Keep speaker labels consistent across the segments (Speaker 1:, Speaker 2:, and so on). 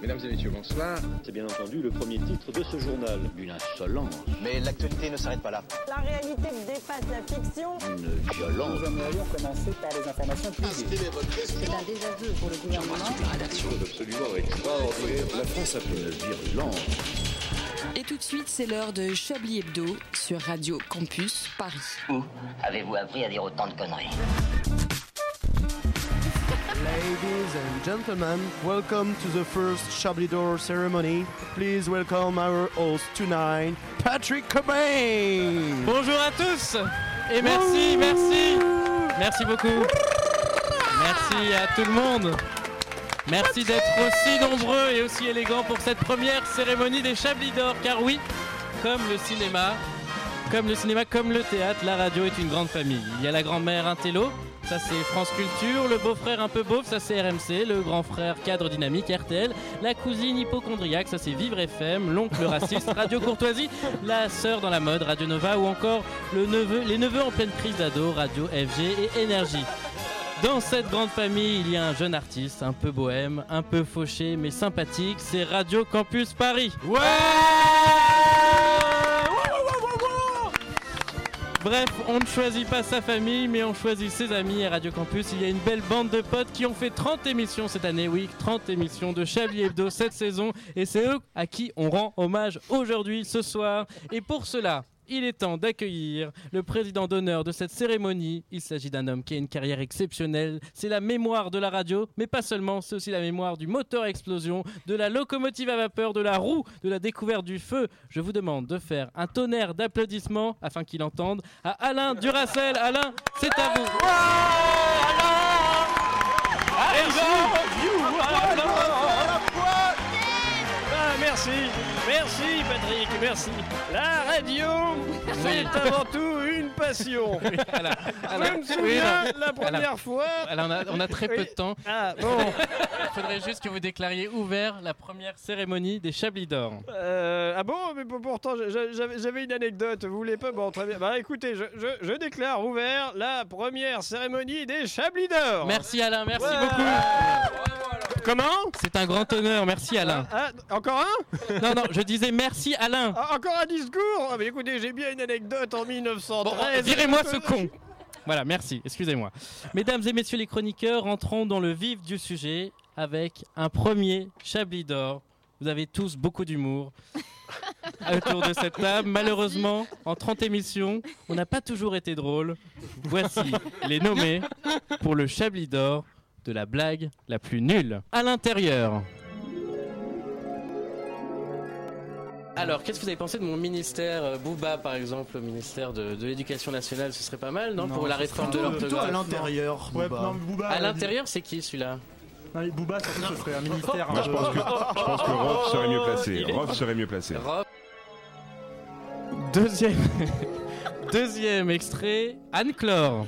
Speaker 1: Mesdames et messieurs, bonsoir.
Speaker 2: C'est bien entendu le premier titre de ce journal.
Speaker 3: Une insolence.
Speaker 4: Mais l'actualité ne s'arrête pas là.
Speaker 5: La réalité dépasse la fiction.
Speaker 3: Une violence.
Speaker 6: Nous aimerions commencer par les informations publiques.
Speaker 7: C'est un désaveu pour le gouvernement.
Speaker 3: la rédaction.
Speaker 1: Absolument extraordinaire.
Speaker 3: La France a une virulence.
Speaker 8: Et tout de suite, c'est l'heure de Chablis Hebdo sur Radio Campus Paris.
Speaker 9: Où avez-vous appris à dire autant de conneries
Speaker 10: Ladies and gentlemen, welcome to the first Chablis Door ceremony. Please welcome our host tonight, Patrick Cobain.
Speaker 11: Bonjour à tous et merci, merci, merci beaucoup. Merci à tout le monde. Merci d'être aussi nombreux et aussi élégants pour cette première cérémonie des Chablis d'Or. Car oui, comme le cinéma, comme le cinéma, comme le théâtre, la radio est une grande famille. Il y a la grand-mère Intello, ça c'est France Culture, le beau-frère un peu beauf, ça c'est RMC, le grand frère cadre dynamique RTL, la cousine hypochondriaque, ça c'est Vivre FM, l'oncle raciste, Radio Courtoisie, la sœur dans la mode, Radio Nova ou encore le neveu, les neveux en pleine crise d'ado, Radio FG et Énergie. Dans cette grande famille, il y a un jeune artiste, un peu bohème, un peu fauché, mais sympathique, c'est Radio Campus Paris.
Speaker 10: Ouais
Speaker 11: Bref, on ne choisit pas sa famille, mais on choisit ses amis. À Radio Campus, il y a une belle bande de potes qui ont fait 30 émissions cette année, oui, 30 émissions de Chablis Hebdo cette saison. Et c'est eux à qui on rend hommage aujourd'hui, ce soir. Et pour cela, il est temps d'accueillir le président d'honneur de cette cérémonie. Il s'agit d'un homme qui a une carrière exceptionnelle. C'est la mémoire de la radio, mais pas seulement, c'est aussi la mémoire du moteur à explosion, de la locomotive à vapeur, de la roue, de la découverte du feu. Je vous demande de faire un tonnerre d'applaudissements afin qu'il entende à Alain Duracel. Alain, c'est à vous.
Speaker 12: Ah, merci, merci Patrick, merci. La radio, c'est avant tout une passion. Je
Speaker 11: Alain,
Speaker 12: me souviens la première fois.
Speaker 11: Alain, on, a, on a très peu
Speaker 12: Oui.
Speaker 11: de temps.
Speaker 12: Ah bon,
Speaker 11: Il faudrait juste que vous déclariez ouvert la première cérémonie des Chablis d'Or.
Speaker 12: Euh, ah bon, mais pour- pourtant je- je- j'avais j'avais une anecdote. Vous voulez pas Bon, très bien. Bah écoutez, je, je- je déclare ouvert la première cérémonie des Chablis d'or.
Speaker 11: Merci Alain, merci
Speaker 12: Ouais.
Speaker 11: beaucoup.
Speaker 12: Comment
Speaker 11: C'est un grand honneur, merci Alain.
Speaker 12: Ah, encore un
Speaker 11: Non, non, je disais merci Alain.
Speaker 12: Ah, Encore un discours Ah, mais écoutez, j'ai bien une anecdote en
Speaker 11: Bon,
Speaker 12: 1913.
Speaker 11: Oh, virez-moi ce con. Voilà, merci, excusez-moi. Mesdames et messieurs les chroniqueurs, entrons dans le vif du sujet avec un premier Chablis d'Or. Vous avez tous beaucoup d'humour autour de cette table. Malheureusement, en 30 émissions, on n'a pas toujours été drôle. Voici les nommés pour le Chablis d'Or de la blague la plus nulle. À l'intérieur. Alors, qu'est-ce que vous avez pensé de mon ministère euh, Booba, par exemple, au ministère de, de l'Éducation nationale Ce serait pas mal, non, Pour la réforme de
Speaker 10: Plutôt- plutôt à
Speaker 11: l'orthographe.
Speaker 10: l'intérieur.
Speaker 6: Ouais,
Speaker 10: Booba.
Speaker 6: non, mais Booba,
Speaker 11: À
Speaker 6: euh,
Speaker 11: l'intérieur, c'est qui celui-là
Speaker 6: non, mais Booba, surtout, ce serait un ministère.
Speaker 1: Moi, je
Speaker 6: euh,
Speaker 1: pense que, je pense que Rof serait mieux placé.
Speaker 11: Il est-
Speaker 1: Rof serait mieux placé.
Speaker 11: Rob. Deuxième. Deuxième extrait, Anne Clore.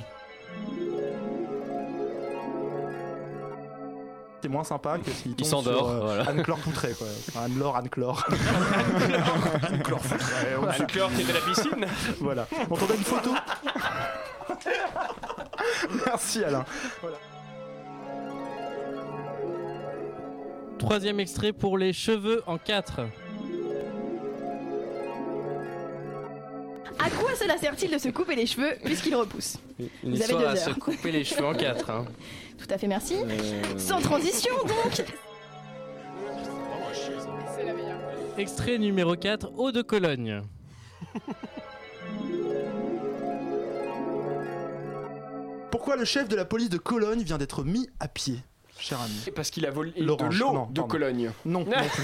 Speaker 6: C'est moins sympa que s'il tombe
Speaker 3: s'endort,
Speaker 6: sur euh,
Speaker 3: voilà.
Speaker 6: Anne-Claire Poutré, quoi. Enfin, Anne-Laure, Anne-Claure. Anne-Claure Poutré, on sait-
Speaker 12: Chlore qui était la piscine.
Speaker 6: Voilà. On t'en donne une photo Merci Alain.
Speaker 11: Troisième extrait pour les cheveux en quatre.
Speaker 7: À quoi cela sert-il de se couper les cheveux puisqu'il repousse
Speaker 11: Une
Speaker 7: Vous avez
Speaker 11: histoire
Speaker 7: deux
Speaker 11: à se
Speaker 7: heures.
Speaker 11: couper les cheveux en quatre. hein.
Speaker 7: Tout à fait merci. Sans transition donc
Speaker 11: Extrait numéro 4, Eau de Cologne.
Speaker 10: Pourquoi le chef de la police de Cologne vient d'être mis à pied, cher ami
Speaker 13: Parce qu'il a volé
Speaker 10: L'orange,
Speaker 13: de l'eau
Speaker 10: non,
Speaker 13: de
Speaker 10: pardon.
Speaker 13: Cologne.
Speaker 10: Non. non plus.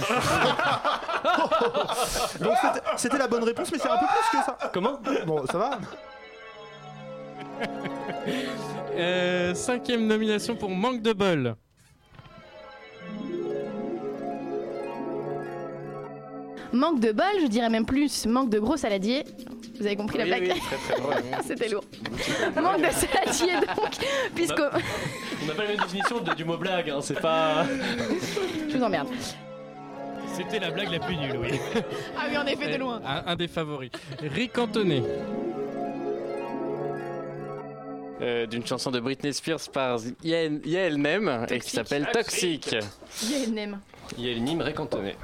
Speaker 10: Donc c'était- c'était la bonne réponse, mais c'est un peu plus que ça.
Speaker 13: Comment
Speaker 10: Bon, ça va
Speaker 11: Euh, cinquième nomination pour Manque de bol.
Speaker 7: Manque de bol, je dirais même plus manque de gros saladier. Vous avez compris la blague
Speaker 13: très très drôle.
Speaker 7: C'était lourd. Manque de saladier donc, puisque...
Speaker 13: On n'a pas la même définition du mot blague, hein, c'est pas.
Speaker 7: Je vous emmerde.
Speaker 11: C'était la blague la plus nulle, oui.
Speaker 7: Ah oui, en effet, de loin.
Speaker 11: Eh, Un, un des favoris. Rick Antonet. Euh, D'une chanson de Britney Spears par elle-même et qui s'appelle Toxic.
Speaker 7: Il y a une aime.
Speaker 13: Il y a une mime récantonnée.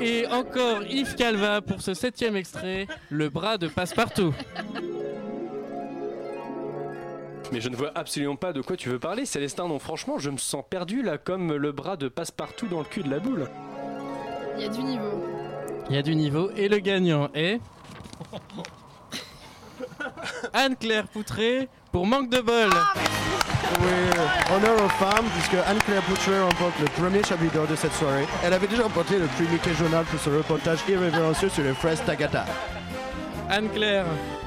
Speaker 11: Et encore Yves Calva pour ce septième extrait, le bras de Passepartout.
Speaker 13: Mais je ne vois absolument pas de quoi tu veux parler, Célestin. Non, franchement, je me sens perdu là, comme le bras de passe-partout dans le cul de la boule.
Speaker 7: Il y a du niveau.
Speaker 11: Il y a du niveau et le gagnant est Anne-Claire Poutré pour manque de bol.
Speaker 7: Ah,
Speaker 10: Oui, honneur aux femmes, puisque Anne-Claire Poutrer remporte le premier chablis d'or de cette soirée. Elle avait déjà remporté le prix Mickey Journal pour ce reportage irrévérencieux sur les fraises Tagata.
Speaker 11: Anne-Claire,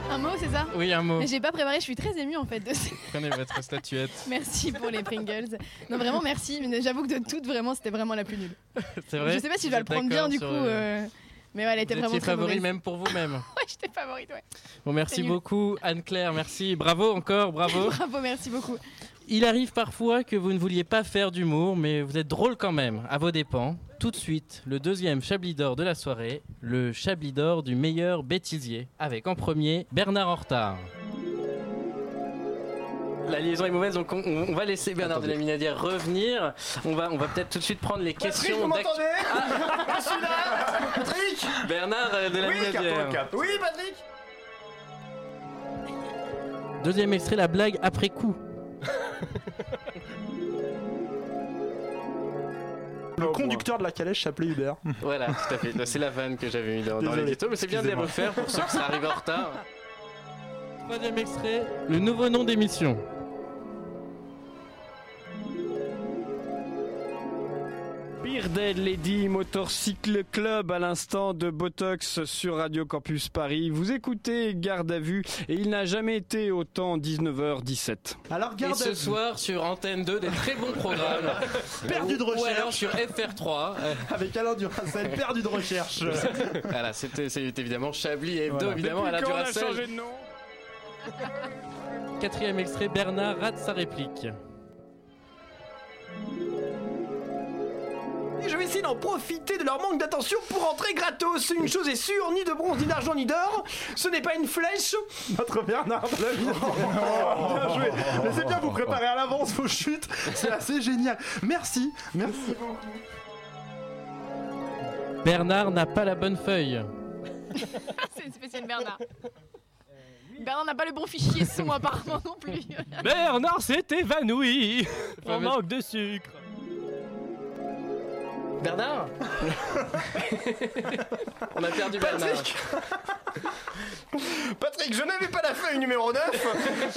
Speaker 7: Un mot, c'est ça
Speaker 11: oui un mot.
Speaker 7: Mais j'ai pas préparé, je suis très émue en fait de ce-
Speaker 11: Prenez votre statuette.
Speaker 7: Merci pour les Pringles. Non, vraiment merci, mais j'avoue que de toutes, vraiment, c'était vraiment la plus nulle.
Speaker 11: C'est vrai.
Speaker 7: je sais pas si je dois le
Speaker 11: Vous êtes
Speaker 7: prendre bien
Speaker 11: d'accord
Speaker 7: du coup.
Speaker 11: sur, euh,
Speaker 7: euh, Mais ouais, elle
Speaker 11: vous
Speaker 7: était
Speaker 11: étiez
Speaker 7: vraiment très
Speaker 11: favori
Speaker 7: mauvaise.
Speaker 11: même pour vous-même.
Speaker 7: Ouais, j'étais favorite, ouais.
Speaker 11: Bon merci
Speaker 7: C'est nul.
Speaker 11: beaucoup Anne-Claire, merci, bravo encore, bravo.
Speaker 7: Bravo, merci beaucoup.
Speaker 11: Il arrive parfois que vous ne vouliez pas faire d'humour, mais vous êtes drôle quand même, à vos dépens. Tout de suite, le deuxième Chablis d'or de la soirée, le Chablis d'or du meilleur bêtisier, avec en premier Bernard en retard. La liaison est mauvaise, donc on, on- on va laisser Bernard de la Minadière revenir. On va, on va peut-être tout de suite prendre les
Speaker 14: Patrick, vous
Speaker 11: questions d'actu-
Speaker 14: m'entendez
Speaker 13: Ah.
Speaker 14: Je suis là Patrick
Speaker 11: Bernard euh, de la
Speaker 14: Oui,
Speaker 11: Minadière.
Speaker 14: cap, cap. Oui, Patrick
Speaker 11: Deuxième extrait, la blague après coup.
Speaker 6: Le conducteur de la calèche s'appelait Hubert.
Speaker 11: Voilà, tout à fait. Non, C'est la vanne que j'avais mis dans, dans les
Speaker 6: Désolé.
Speaker 11: tutos, mais c'est bien de les
Speaker 6: Excusez-moi.
Speaker 11: refaire pour ceux qui seraient arrivés en retard. Troisième extrait, le nouveau nom d'émission.
Speaker 12: Beer Dead Lady Motorcycle Club à l'instant de Botox sur Radio Campus Paris. Vous écoutez Garde à vue et il n'a jamais été autant 19h17.
Speaker 10: Alors
Speaker 11: Et ce soir sur Antenne 2, des très bons programmes.
Speaker 10: Perdu de
Speaker 11: Ou- Ou
Speaker 10: recherche.
Speaker 11: alors sur FR3.
Speaker 10: Avec Alain Duracell, perdu de recherche.
Speaker 11: voilà, c'était c'est évidemment Chablis et Hebdo,
Speaker 10: Voilà.
Speaker 11: évidemment, à la
Speaker 12: Depuis quand on a
Speaker 11: Duracell.
Speaker 12: changé de nom
Speaker 11: Quatrième extrait, Bernard rate sa réplique.
Speaker 14: Et je vais essayer d'en profiter de leur manque d'attention pour entrer gratos. Une chose est sûre, ni de bronze, ni d'argent, ni d'or. Ce n'est pas une flèche.
Speaker 10: Notre Bernard de la
Speaker 6: bien joué. Mais c'est bien, vous préparez à l'avance vos chutes. C'est assez génial. Merci. Merci beaucoup.
Speaker 11: Bernard n'a pas la bonne feuille.
Speaker 7: C'est une spéciale Bernard. Bernard n'a pas le bon fichier son apparemment non plus.
Speaker 11: Bernard s'est évanoui
Speaker 7: On manque
Speaker 11: de sucre Bernard On a perdu Bernard
Speaker 14: Patrick, je n'avais pas la feuille numéro 9.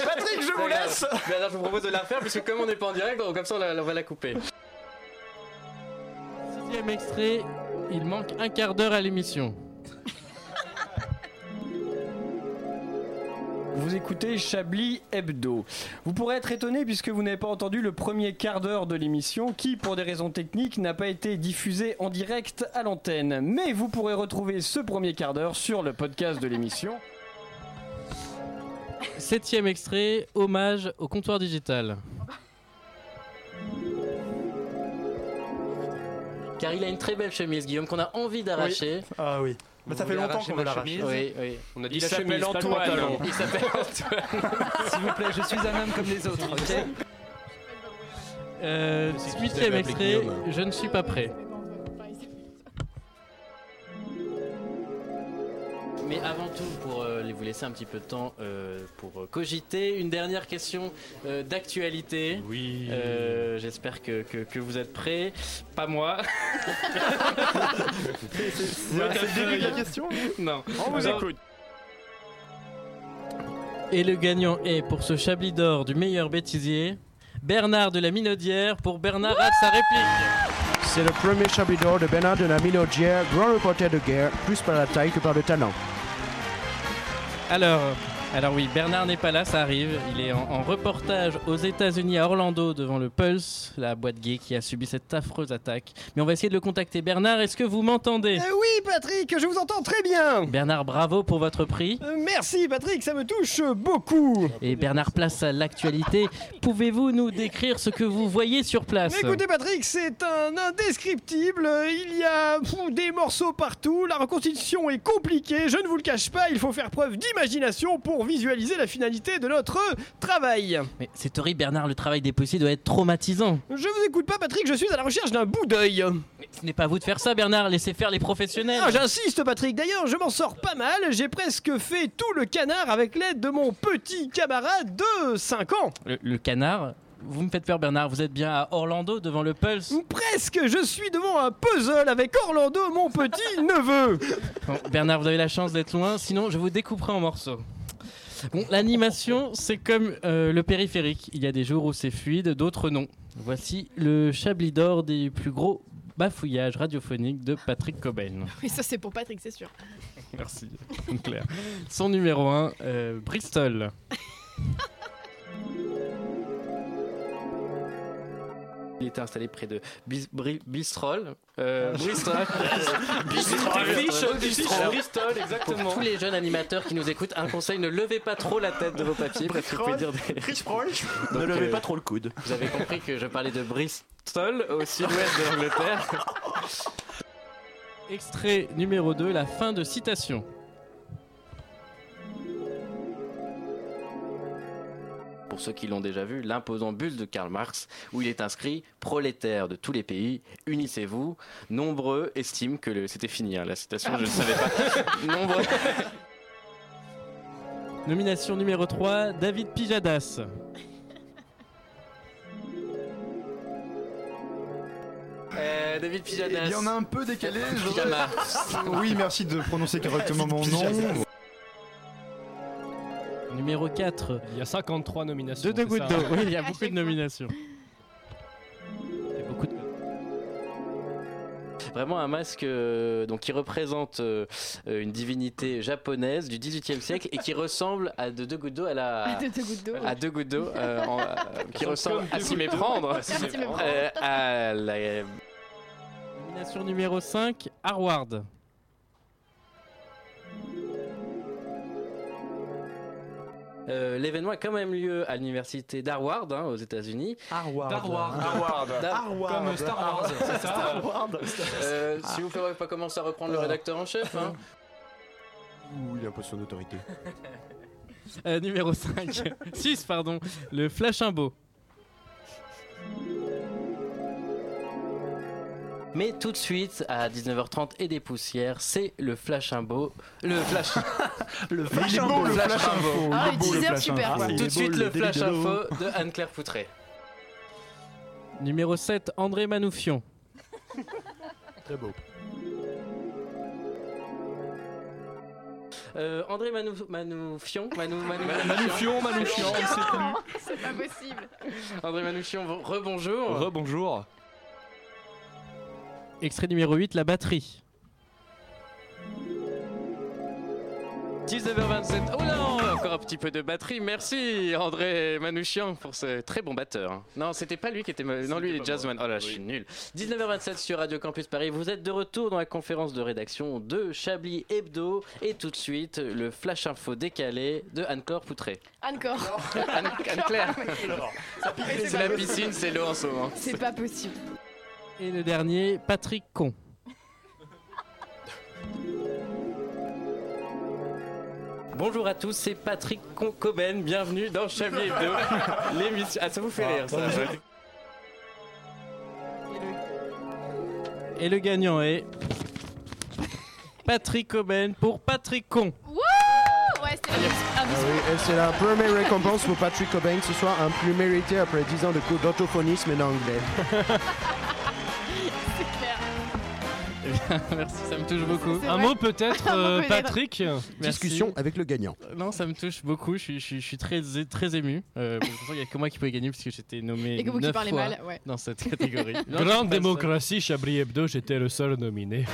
Speaker 14: Patrick, je vous
Speaker 11: Regarde,
Speaker 14: laisse.
Speaker 11: Bernard, je vous propose de la faire puisque comme on n'est pas en direct, donc comme ça on, la- on va la couper. Sixième extrait, il manque un quart d'heure à l'émission.
Speaker 12: Vous écoutez Chablis Hebdo. Vous pourrez être étonné puisque vous n'avez pas entendu le premier quart d'heure de l'émission qui, pour des raisons techniques, n'a pas été diffusé en direct à l'antenne. Mais vous pourrez retrouver ce premier quart d'heure sur le podcast de l'émission.
Speaker 11: Septième extrait, hommage au comptoir digital. Car il a une très belle chemise, Guillaume, qu'on a envie d'arracher.
Speaker 6: Ah oui. Bah, ça
Speaker 11: Vous
Speaker 6: fait
Speaker 11: voulez
Speaker 6: longtemps
Speaker 11: arracher
Speaker 6: qu'on
Speaker 11: ma
Speaker 6: veut l'arracher.
Speaker 11: chemise Oui, oui.
Speaker 13: On a dit
Speaker 11: Il
Speaker 13: la
Speaker 11: s'appelle
Speaker 13: chemise, pas le
Speaker 11: Antoine.
Speaker 13: pantalon.
Speaker 11: Il s'appelle Antoine.
Speaker 15: S'il vous plaît, je suis un homme comme les autres, ok
Speaker 11: Euh,
Speaker 15: Si tu
Speaker 11: huitième
Speaker 15: t'avais appelé
Speaker 11: extrait,
Speaker 15: Guillaume.
Speaker 11: je ne suis pas prêt. Mais avant tout, pour euh, les- vous laisser un petit peu de temps euh, pour euh, cogiter, une dernière question euh, d'actualité. Oui. J'espère que, que- que vous êtes prêts. Pas moi.
Speaker 6: c'est- c'est le début de la question Oh,
Speaker 11: Non.
Speaker 6: On vous
Speaker 11: Alors-
Speaker 6: écoute.
Speaker 11: Et le gagnant est pour ce Chablis d'or du meilleur bêtisier, Bernard de la Minaudière pour Bernard à sa réplique.
Speaker 10: C'est le premier chablis d'or de Bernard de la Minaudière, grand reporter de guerre, plus par la taille que par le talent.
Speaker 11: Alors, alors oui, Bernard n'est pas là, ça arrive. Il est en, en reportage aux États-Unis à Orlando devant le Pulse, la boîte gay qui a subi cette affreuse attaque. Mais on va essayer de le contacter. Bernard, est-ce que vous m'entendez
Speaker 12: Euh, Oui, Patrick, je vous entends très bien.
Speaker 11: Bernard, bravo pour votre prix.
Speaker 12: Euh, Merci Patrick, ça me touche beaucoup.
Speaker 11: Et Bernard, place à l'actualité. Pouvez-vous nous décrire ce que vous voyez sur place
Speaker 12: Mais écoutez Patrick, c'est un indescriptible, euh, il y a pff, des morceaux partout, la reconstitution est compliquée, je ne vous le cache pas, il faut faire preuve d'imagination pour
Speaker 14: pour visualiser la finalité de notre travail.
Speaker 11: Mais c'est horrible, Bernard, le travail des policiers doit être traumatisant.
Speaker 14: Je vous écoute pas, Patrick, je suis à la recherche d'un bout d'œil.
Speaker 11: Ce n'est pas à vous de faire ça, Bernard, laissez faire les professionnels.
Speaker 14: Ah, j'insiste, Patrick. D'ailleurs, je m'en sors pas mal. J'ai presque fait tout le canard avec l'aide de mon petit camarade de 5 ans.
Speaker 11: Le, le canard vous me faites peur, Bernard. Vous êtes bien à Orlando devant le Pulse.
Speaker 14: Presque, je suis devant un puzzle avec Orlando, mon petit neveu.
Speaker 11: Bon, Bernard, vous avez la chance d'être loin, sinon je vous découperai en morceaux. Bon, l'animation, c'est comme euh, le périphérique. Il y a des jours où c'est fluide, d'autres non. Voici le chablis d'or des plus gros bafouillages radiophoniques de Patrick Cobain.
Speaker 7: Oui, ça c'est pour Patrick, c'est sûr.
Speaker 11: Merci, Claire. Son numéro 1, Bristol.
Speaker 12: Il était installé près de Bis- Bri- Bistrol.
Speaker 11: Ah.
Speaker 12: Euh, Bristol.
Speaker 11: Bistrol.
Speaker 12: Bistrol.
Speaker 11: Bistrol.
Speaker 12: Bristol, exactement.
Speaker 11: Pour tous les jeunes animateurs qui nous écoutent, un conseil ne levez pas trop la tête de vos papiers parce que vous pouvez dire des.
Speaker 10: Ne
Speaker 11: Donc,
Speaker 10: levez
Speaker 11: euh,
Speaker 10: pas trop le coude.
Speaker 11: Vous avez compris que je parlais de Bristol au sud-ouest de l'Angleterre. Extrait numéro 2, la fin de citation. Pour ceux qui l'ont déjà vu, l'imposant bulle de Karl Marx, où il est inscrit Prolétaires de tous les pays, unissez-vous. Nombreux estiment que le... c'était fini, hein, la citation, je ne savais pas. Nombreux. Nomination numéro 3, David Pijadas. Euh, David Pijadas.
Speaker 6: Il y en a un peu décalé. je-
Speaker 11: Pyjama.
Speaker 6: oui, merci de prononcer correctement mon
Speaker 11: Pyjama.
Speaker 6: nom.
Speaker 11: Numéro 4.
Speaker 13: Il y a 53 nominations.
Speaker 11: De De
Speaker 13: c'est
Speaker 11: Gouttes
Speaker 13: ça
Speaker 11: d'eau. Oui,
Speaker 16: Ah,
Speaker 11: il y a beaucoup de nominations. Il y a beaucoup de- Vraiment un masque euh, donc qui représente euh, euh, une divinité japonaise du 18e siècle et qui ressemble à de deux gouttes d'eau à la
Speaker 7: De deux gouttes d'eau.
Speaker 11: à deux gouttes d'eau euh, en- euh, qui
Speaker 7: Comme
Speaker 11: ressemble à
Speaker 7: deux
Speaker 11: s'y
Speaker 7: gouttes d'eau.
Speaker 11: méprendre
Speaker 7: À s'y méprendre.
Speaker 11: euh, à la nomination numéro 5 Harvard Euh, L'événement a quand même lieu à l'université d'Harvard hein, aux États-Unis. Harvard.
Speaker 15: Harvard. Harvard. Comme Star Wars, c'est ça
Speaker 11: Euh, Si vous pouvez pas commencer à reprendre le rédacteur en chef. hein.
Speaker 10: Ouh, il a pas son autorité.
Speaker 11: Euh, numéro 5. 6, pardon. Le Flashimbo. Mais tout de suite, à 19h30 et des poussières, c'est le Flashimbo. Le Flash. le
Speaker 6: Flash Il est beau, Imbo. le Flash Info. Il est Ah, le beau, le teaser Flash super, Info. quoi. Il
Speaker 11: Tout
Speaker 6: est
Speaker 11: de suite,
Speaker 6: beau,
Speaker 11: le
Speaker 6: le
Speaker 11: Flash
Speaker 6: Daily Dodo.
Speaker 11: Info de Anne-Claire Foutré. Numéro 7, André Manoufion.
Speaker 10: Très beau.
Speaker 11: Euh, André Manou- Manoufion Manou, Manou-
Speaker 13: Manoufion, Manoufion, on ne sait plus.
Speaker 7: C'est pas possible.
Speaker 11: André Manoufion, bon- rebonjour.
Speaker 13: Rebonjour.
Speaker 11: Extrait numéro 8, la batterie. 19h27. Oh là, encore un petit peu de batterie. Merci André Manouchian pour ce très bon batteur. Non, c'était pas lui qui était. ma- Non, lui il est jazzman. Oh là, je suis nul. 19h27 sur Radio Campus Paris. Vous êtes de retour dans la conférence de rédaction de Chablis Hebdo et tout de suite le flash info décalé de Anne-Claire Poutré.
Speaker 7: Encore.
Speaker 11: Anne- Anne-Claire.
Speaker 7: c'est
Speaker 11: C'est
Speaker 7: pas
Speaker 11: la
Speaker 7: possible.
Speaker 11: piscine, c'est l'eau en ce moment.
Speaker 7: C'est pas possible.
Speaker 11: Et le dernier, Patrick Con. Bonjour à tous, c'est Patrick Con- Coben, bienvenue dans Chablis Hebdo, l'émission... Ah, ça vous fait rire, ça Et le gagnant est... Patrick Coben pour Patrick Con.
Speaker 7: Wouh Ouais, c'était un
Speaker 10: Ah
Speaker 7: bisou.
Speaker 10: oui, et c'est la première récompense pour Patrick Cobain ce soir, un plus mérité après 10 ans de cours d'autophonisme en anglais.
Speaker 7: C'est clair.
Speaker 11: Eh bien, Merci, ça me touche beaucoup.
Speaker 7: C'est
Speaker 11: Un
Speaker 7: vrai.
Speaker 11: mot peut-être,
Speaker 7: Un mot
Speaker 11: euh,
Speaker 7: peut-être.
Speaker 11: Patrick
Speaker 10: Discussion
Speaker 11: Merci. Euh,
Speaker 10: avec le gagnant.
Speaker 11: Non, ça me touche beaucoup. Je suis, je suis- je suis très, très ému. Euh, parce que je sens qu'il n'y a que moi qui pouvais gagner parce que j'étais nommé
Speaker 7: Et que vous qui
Speaker 11: neuf
Speaker 7: parlez
Speaker 11: fois
Speaker 7: mal, ouais.
Speaker 11: dans cette catégorie. Non, je
Speaker 13: Grande
Speaker 11: suis pas le seul.
Speaker 13: démocratie, Chablis Hebdo, j'étais le seul nominé.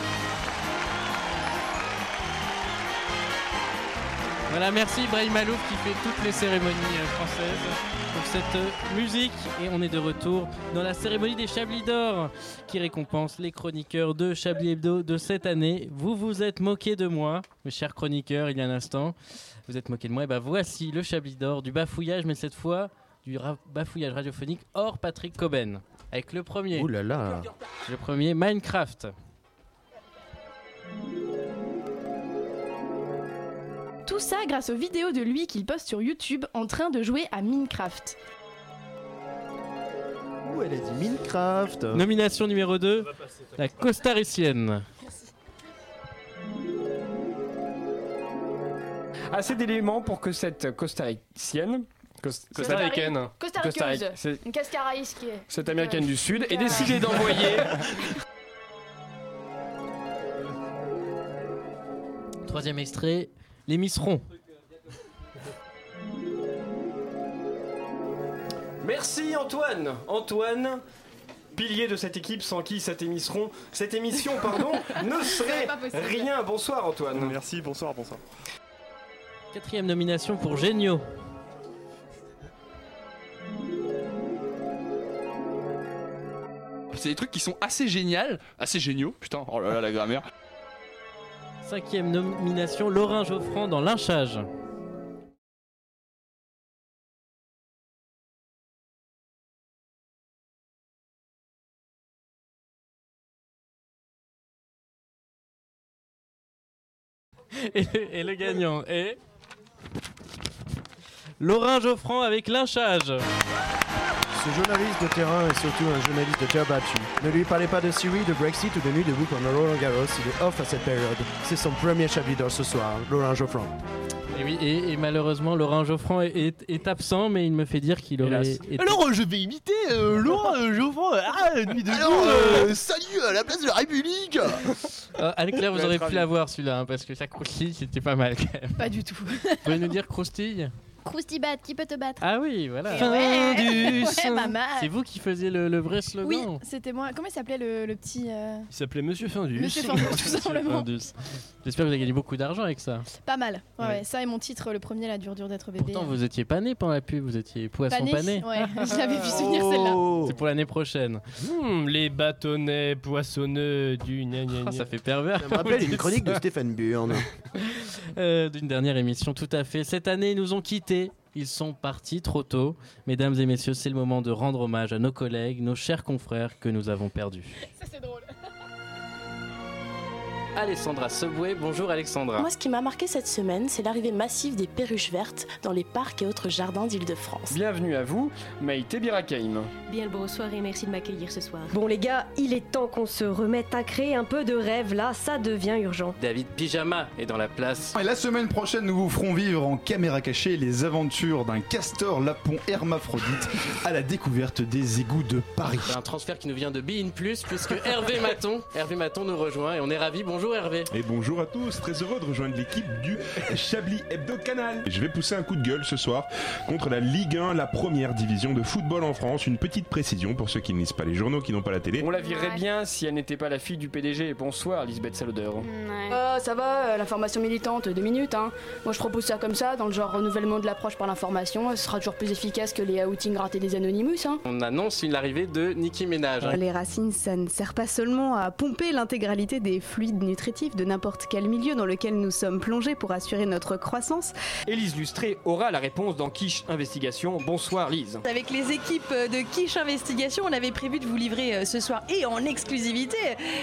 Speaker 11: Voilà, merci Ibrahim Malouf qui fait toutes les cérémonies euh, françaises pour cette euh, musique. Et on est de retour dans la cérémonie des Chablis d'Or qui récompense les chroniqueurs de Chablis Hebdo de cette année. Vous vous êtes moqué de moi, mes chers chroniqueurs, il y a un instant. Vous êtes moqué de moi. Et ben voici le Chablis d'Or du bafouillage, mais cette fois du ra- bafouillage radiophonique hors Patrick Coben. Avec le premier.
Speaker 10: Ouh là là.
Speaker 11: Le premier, Minecraft.
Speaker 7: Tout ça grâce aux vidéos de lui qu'il poste sur YouTube en train de jouer à Minecraft.
Speaker 10: Ouh, elle a dit Minecraft.
Speaker 11: Nomination numéro 2, la costaricienne.
Speaker 12: Assez d'éléments pour que cette costaricienne. cos- Costaricaine.
Speaker 17: Costaricaine.
Speaker 12: Costaric- c'est-
Speaker 17: Une cascaraïs qui est.
Speaker 12: Cette américaine du Sud est décidée d'envoyer.
Speaker 11: Troisième extrait, les misserons.
Speaker 12: Merci Antoine. Antoine. Pilier de cette équipe sans qui cette émission, cette émission pardon, ne serait
Speaker 11: pas possible.
Speaker 12: rien. Bonsoir Antoine.
Speaker 11: Merci, bonsoir, bonsoir. Quatrième nomination pour Génio.
Speaker 15: C'est des trucs qui sont assez géniaux, assez géniaux. Putain, oh là là, la grammaire.
Speaker 11: Cinquième nomination, Laurent Geoffrand dans Lynchage. Et, et le gagnant est. Laurent Geoffrand avec Lynchage.
Speaker 10: Ce journaliste de terrain est surtout un journaliste de terre battue. Ne lui parlez pas de Syrie, de Brexit ou de nuit debout comme Roland Garros, il est off à cette période. C'est son premier chablis d'or ce soir, Laurent Geoffrand.
Speaker 11: Et oui, et, et malheureusement, Laurent Geoffrand est, est- est absent, mais il me fait dire qu'il aurait. été-
Speaker 16: Alors euh, je vais imiter euh, Laurent euh, Geoffroy. Ah, nuit de
Speaker 11: Alors,
Speaker 16: jour, euh,
Speaker 11: euh,
Speaker 16: salut à la place de la République
Speaker 11: Euh, Anne-Claire, vous
Speaker 16: Je vais
Speaker 11: aurez
Speaker 16: être
Speaker 11: pu
Speaker 16: ravi.
Speaker 11: l'avoir celui-là, hein, parce que ça croustille, c'était pas mal quand même.
Speaker 7: Pas du tout.
Speaker 11: Vous pouvez nous dire croustille
Speaker 18: Croustibat, qui peut te battre
Speaker 11: Ah oui, voilà.
Speaker 18: Eh ouais. Ouais, pas mal.
Speaker 11: C'est vous qui faisiez le, le vrai
Speaker 12: Ah,
Speaker 11: slogan
Speaker 18: Oui, c'était moi. Comment il s'appelait le, le petit euh,
Speaker 11: Il s'appelait Monsieur Findus.
Speaker 18: Monsieur Findus, tout simplement.
Speaker 11: J'espère que vous avez gagné beaucoup d'argent avec ça.
Speaker 18: Pas mal. Ouais,
Speaker 11: Ouais.
Speaker 18: ouais, ça et mon titre, le premier, la dure dure d'être bébé.
Speaker 11: Pourtant, vous étiez pas né pendant la pub, vous étiez poisson
Speaker 18: Pané,
Speaker 11: pané.
Speaker 18: ouais, je l'avais vu venir, celle-là.
Speaker 11: C'est pour l'année prochaine. Hmm, les bâtonnets poissonneux du gna gna gna. Oh, ça fait pervers.
Speaker 10: Ça me rappelle une chronique de Stéphane Burn.
Speaker 2: Ah,
Speaker 11: Euh, d'une dernière émission, tout à fait. Cette année, ils nous ont quittés. Ils sont partis trop tôt. Mesdames et messieurs, c'est le moment de rendre hommage à nos collègues, nos chers confrères que nous avons perdus.
Speaker 18: Ça, c'est drôle.
Speaker 11: Alexandra Subway, bonjour Alexandra.
Speaker 19: Moi, ce qui m'a marqué cette semaine, c'est l'arrivée massive des perruches vertes dans les parcs et autres jardins d'Île-de-France.
Speaker 12: Bienvenue à vous, Maïté Birakaïm.
Speaker 20: Bien le bonsoir et merci de m'accueillir ce soir.
Speaker 21: Bon les gars, il est temps qu'on se remette à créer un peu de rêve là, ça devient urgent.
Speaker 11: David Pyjama est dans la place.
Speaker 22: Et la semaine prochaine, nous vous ferons vivre en caméra cachée les aventures d'un castor lapon hermaphrodite à la découverte des égouts de Paris.
Speaker 11: Ah, Un transfert qui nous vient de Be In Plus, puisque Hervé Maton, Hervé Maton nous rejoint et on est ravis. Bonjour Hervé.
Speaker 1: Et bonjour à tous, très heureux de rejoindre l'équipe du Chablis Hebdo Canal. Je vais pousser un coup de gueule ce soir contre la Ligue 1, la première division de football en France. Une petite précision pour ceux qui ne lisent pas les journaux, qui n'ont pas la télé.
Speaker 12: On la virait bien si elle n'était pas la fille du PDG. Bonsoir, Lisbeth Salodeur.
Speaker 18: Euh, ça va, euh, la formation militante, deux minutes. Hein. Moi, je propose ça comme ça, dans le genre renouvellement de l'approche par l'information. Ce sera toujours plus efficace que les outings ratés des Anonymous. Hein.
Speaker 11: On annonce une arrivée de Nicki Ménage.
Speaker 23: Les racines, ça ne sert pas seulement à pomper l'intégralité des fluides nutritifs de n'importe quel milieu dans lequel nous sommes plongés pour assurer notre croissance.
Speaker 12: Élise Lustré aura la réponse dans Quiche Investigation. Bonsoir, Lise.
Speaker 24: Avec les équipes de Quiche Investigation, on avait prévu de vous livrer euh, ce soir et en exclusivité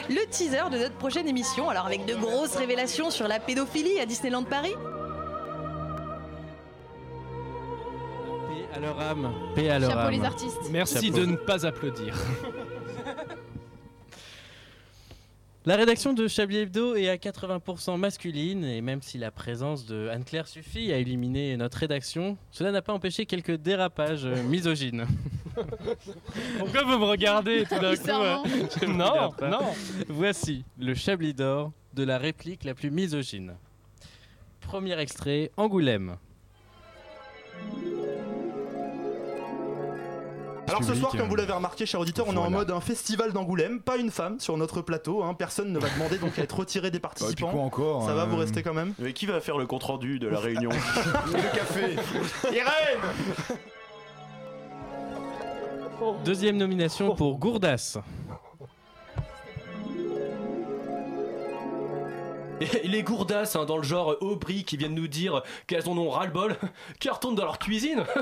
Speaker 24: le teaser de notre prochaine émission. Alors avec de grosses révélations sur la pédophilie à Disneyland Paris.
Speaker 11: Paix à leur âme. Paix à leur
Speaker 18: Chapeau
Speaker 11: âme.
Speaker 18: les artistes.
Speaker 11: Merci
Speaker 18: Chapeau.
Speaker 11: de ne pas applaudir. La rédaction de Chablis Hebdo est à 80% masculine et même si la présence de Anne-Claire suffit à illuminer notre rédaction, cela n'a pas empêché quelques dérapages euh, misogynes. Pourquoi vous me regardez tout d'un coup
Speaker 15: Bizarrement.
Speaker 11: euh, je me
Speaker 15: Non,
Speaker 11: regarde pas.
Speaker 15: non.
Speaker 11: Voici le Chablis d'or de la réplique la plus misogyne. Premier extrait, Angoulême.
Speaker 6: Alors ce
Speaker 11: Public,
Speaker 6: soir,
Speaker 11: euh,
Speaker 6: comme vous l'avez remarqué, cher auditeur, on est en
Speaker 11: voilà.
Speaker 6: mode un festival d'Angoulême, pas une femme sur notre plateau. hein. Personne ne va demander donc à être retiré des participants.
Speaker 22: Bah, quoi encore,
Speaker 6: Ça va,
Speaker 22: hein.
Speaker 6: vous rester quand même
Speaker 10: Mais qui va faire le compte rendu de la réunion
Speaker 6: Le café. Irène.
Speaker 11: Deuxième nomination pour Gourdas.
Speaker 16: Et les gourdasses hein, dans le genre euh, au prix qui viennent nous dire qu'elles en ont ras-le-bol, qu'elles retournent dans leur cuisine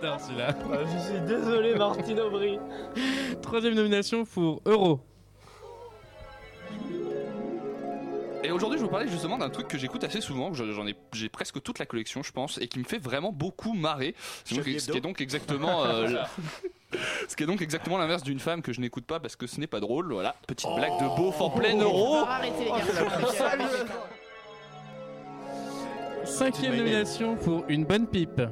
Speaker 6: Bah,
Speaker 11: Je suis désolé, Martine Aubry. Troisième nomination pour Euro.
Speaker 16: Et
Speaker 15: aujourd'hui, je vous parlais justement d'un truc que j'écoute assez souvent. je- J'en ai, j'ai presque toute la collection, je pense, et qui me fait vraiment beaucoup marrer. C'est donc-
Speaker 2: Charlie
Speaker 15: ce qui est
Speaker 2: Hebdo.
Speaker 15: donc exactement. euh, la- Ce qui est donc exactement l'inverse d'une femme que je n'écoute pas parce que ce n'est pas drôle. Voilà, petite
Speaker 12: Oh.
Speaker 15: blague de beauf en plein euro.
Speaker 7: Arrêtez les
Speaker 11: Oh,
Speaker 7: gars.
Speaker 11: Cinquième nomination pour une bonne pipe.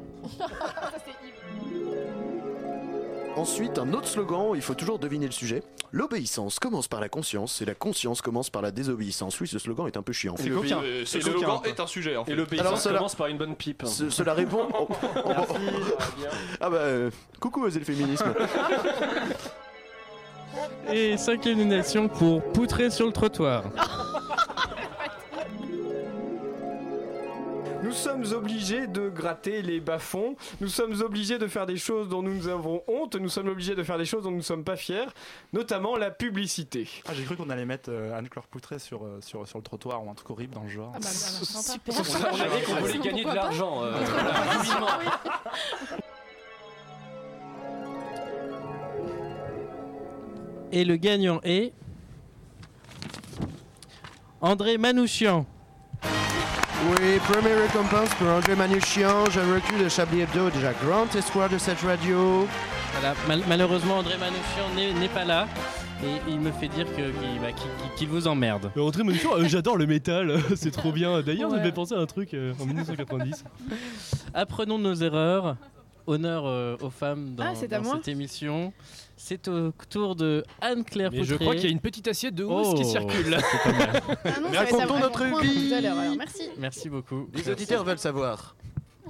Speaker 2: Ensuite, un autre slogan, il faut toujours deviner le sujet. L'obéissance commence par la conscience et la conscience commence par la désobéissance. Oui, ce slogan est un peu chiant.
Speaker 13: Et le- euh,
Speaker 15: Ce
Speaker 13: et
Speaker 15: slogan
Speaker 13: le-
Speaker 15: est un sujet, en fait.
Speaker 13: Et le pays
Speaker 2: Alors, cela-
Speaker 13: commence par une bonne pipe.
Speaker 2: Ce- cela répond. oh, oh, oh, oh. Ah bah, euh, coucou, osez le féminisme.
Speaker 11: Et cinquième nomination pour poutrer sur le trottoir.
Speaker 12: Nous sommes obligés de gratter les bas-fonds, nous sommes obligés de faire des choses dont nous avons honte, nous sommes obligés de faire des choses dont nous ne sommes pas fiers, notamment la publicité.
Speaker 6: Ah, j'ai cru qu'on allait mettre euh, Anne-Claire Poutré sur, euh, sur, sur le trottoir ou un truc horrible dans le
Speaker 24: bah,
Speaker 6: genre.
Speaker 24: Ah,
Speaker 16: Super.
Speaker 6: Sauf que-
Speaker 16: On a dit qu'on voulait
Speaker 6: Pourquoi
Speaker 16: gagner de
Speaker 6: pas
Speaker 16: l'argent, euh,
Speaker 6: Entre
Speaker 16: voilà,
Speaker 6: la
Speaker 16: visiblement.
Speaker 11: Et le gagnant est. André Manouchian.
Speaker 10: Oui, première récompense pour André Manouchian, jeune recul de Chablis Hebdo, déjà grand espoir de cette radio.
Speaker 11: Voilà, mal- malheureusement, André Manouchian n'est- n'est pas là. Et il me fait dire que- qu'il bah, qu'il- qu'il- qu'il vous emmerde.
Speaker 4: André Manouchian, euh, j'adore le métal, c'est trop bien. D'ailleurs,
Speaker 11: Ouais.
Speaker 4: j'avais pensé à un truc euh, en 1990.
Speaker 11: Apprenons de nos erreurs. Honneur euh, aux femmes dans,
Speaker 4: Ah, c'est à
Speaker 11: dans
Speaker 4: moi
Speaker 11: cette émission. C'est au tour de Anne-Claire
Speaker 4: Mais je
Speaker 11: Poutré. Oh,
Speaker 4: crois qu'il y a une petite
Speaker 11: assiette de
Speaker 4: housse qui circule.
Speaker 7: Ah non, ça va être à vraiment prendre tout à l'heure, alors, merci.
Speaker 11: Merci beaucoup.
Speaker 10: Les auditeurs
Speaker 11: veulent savoir.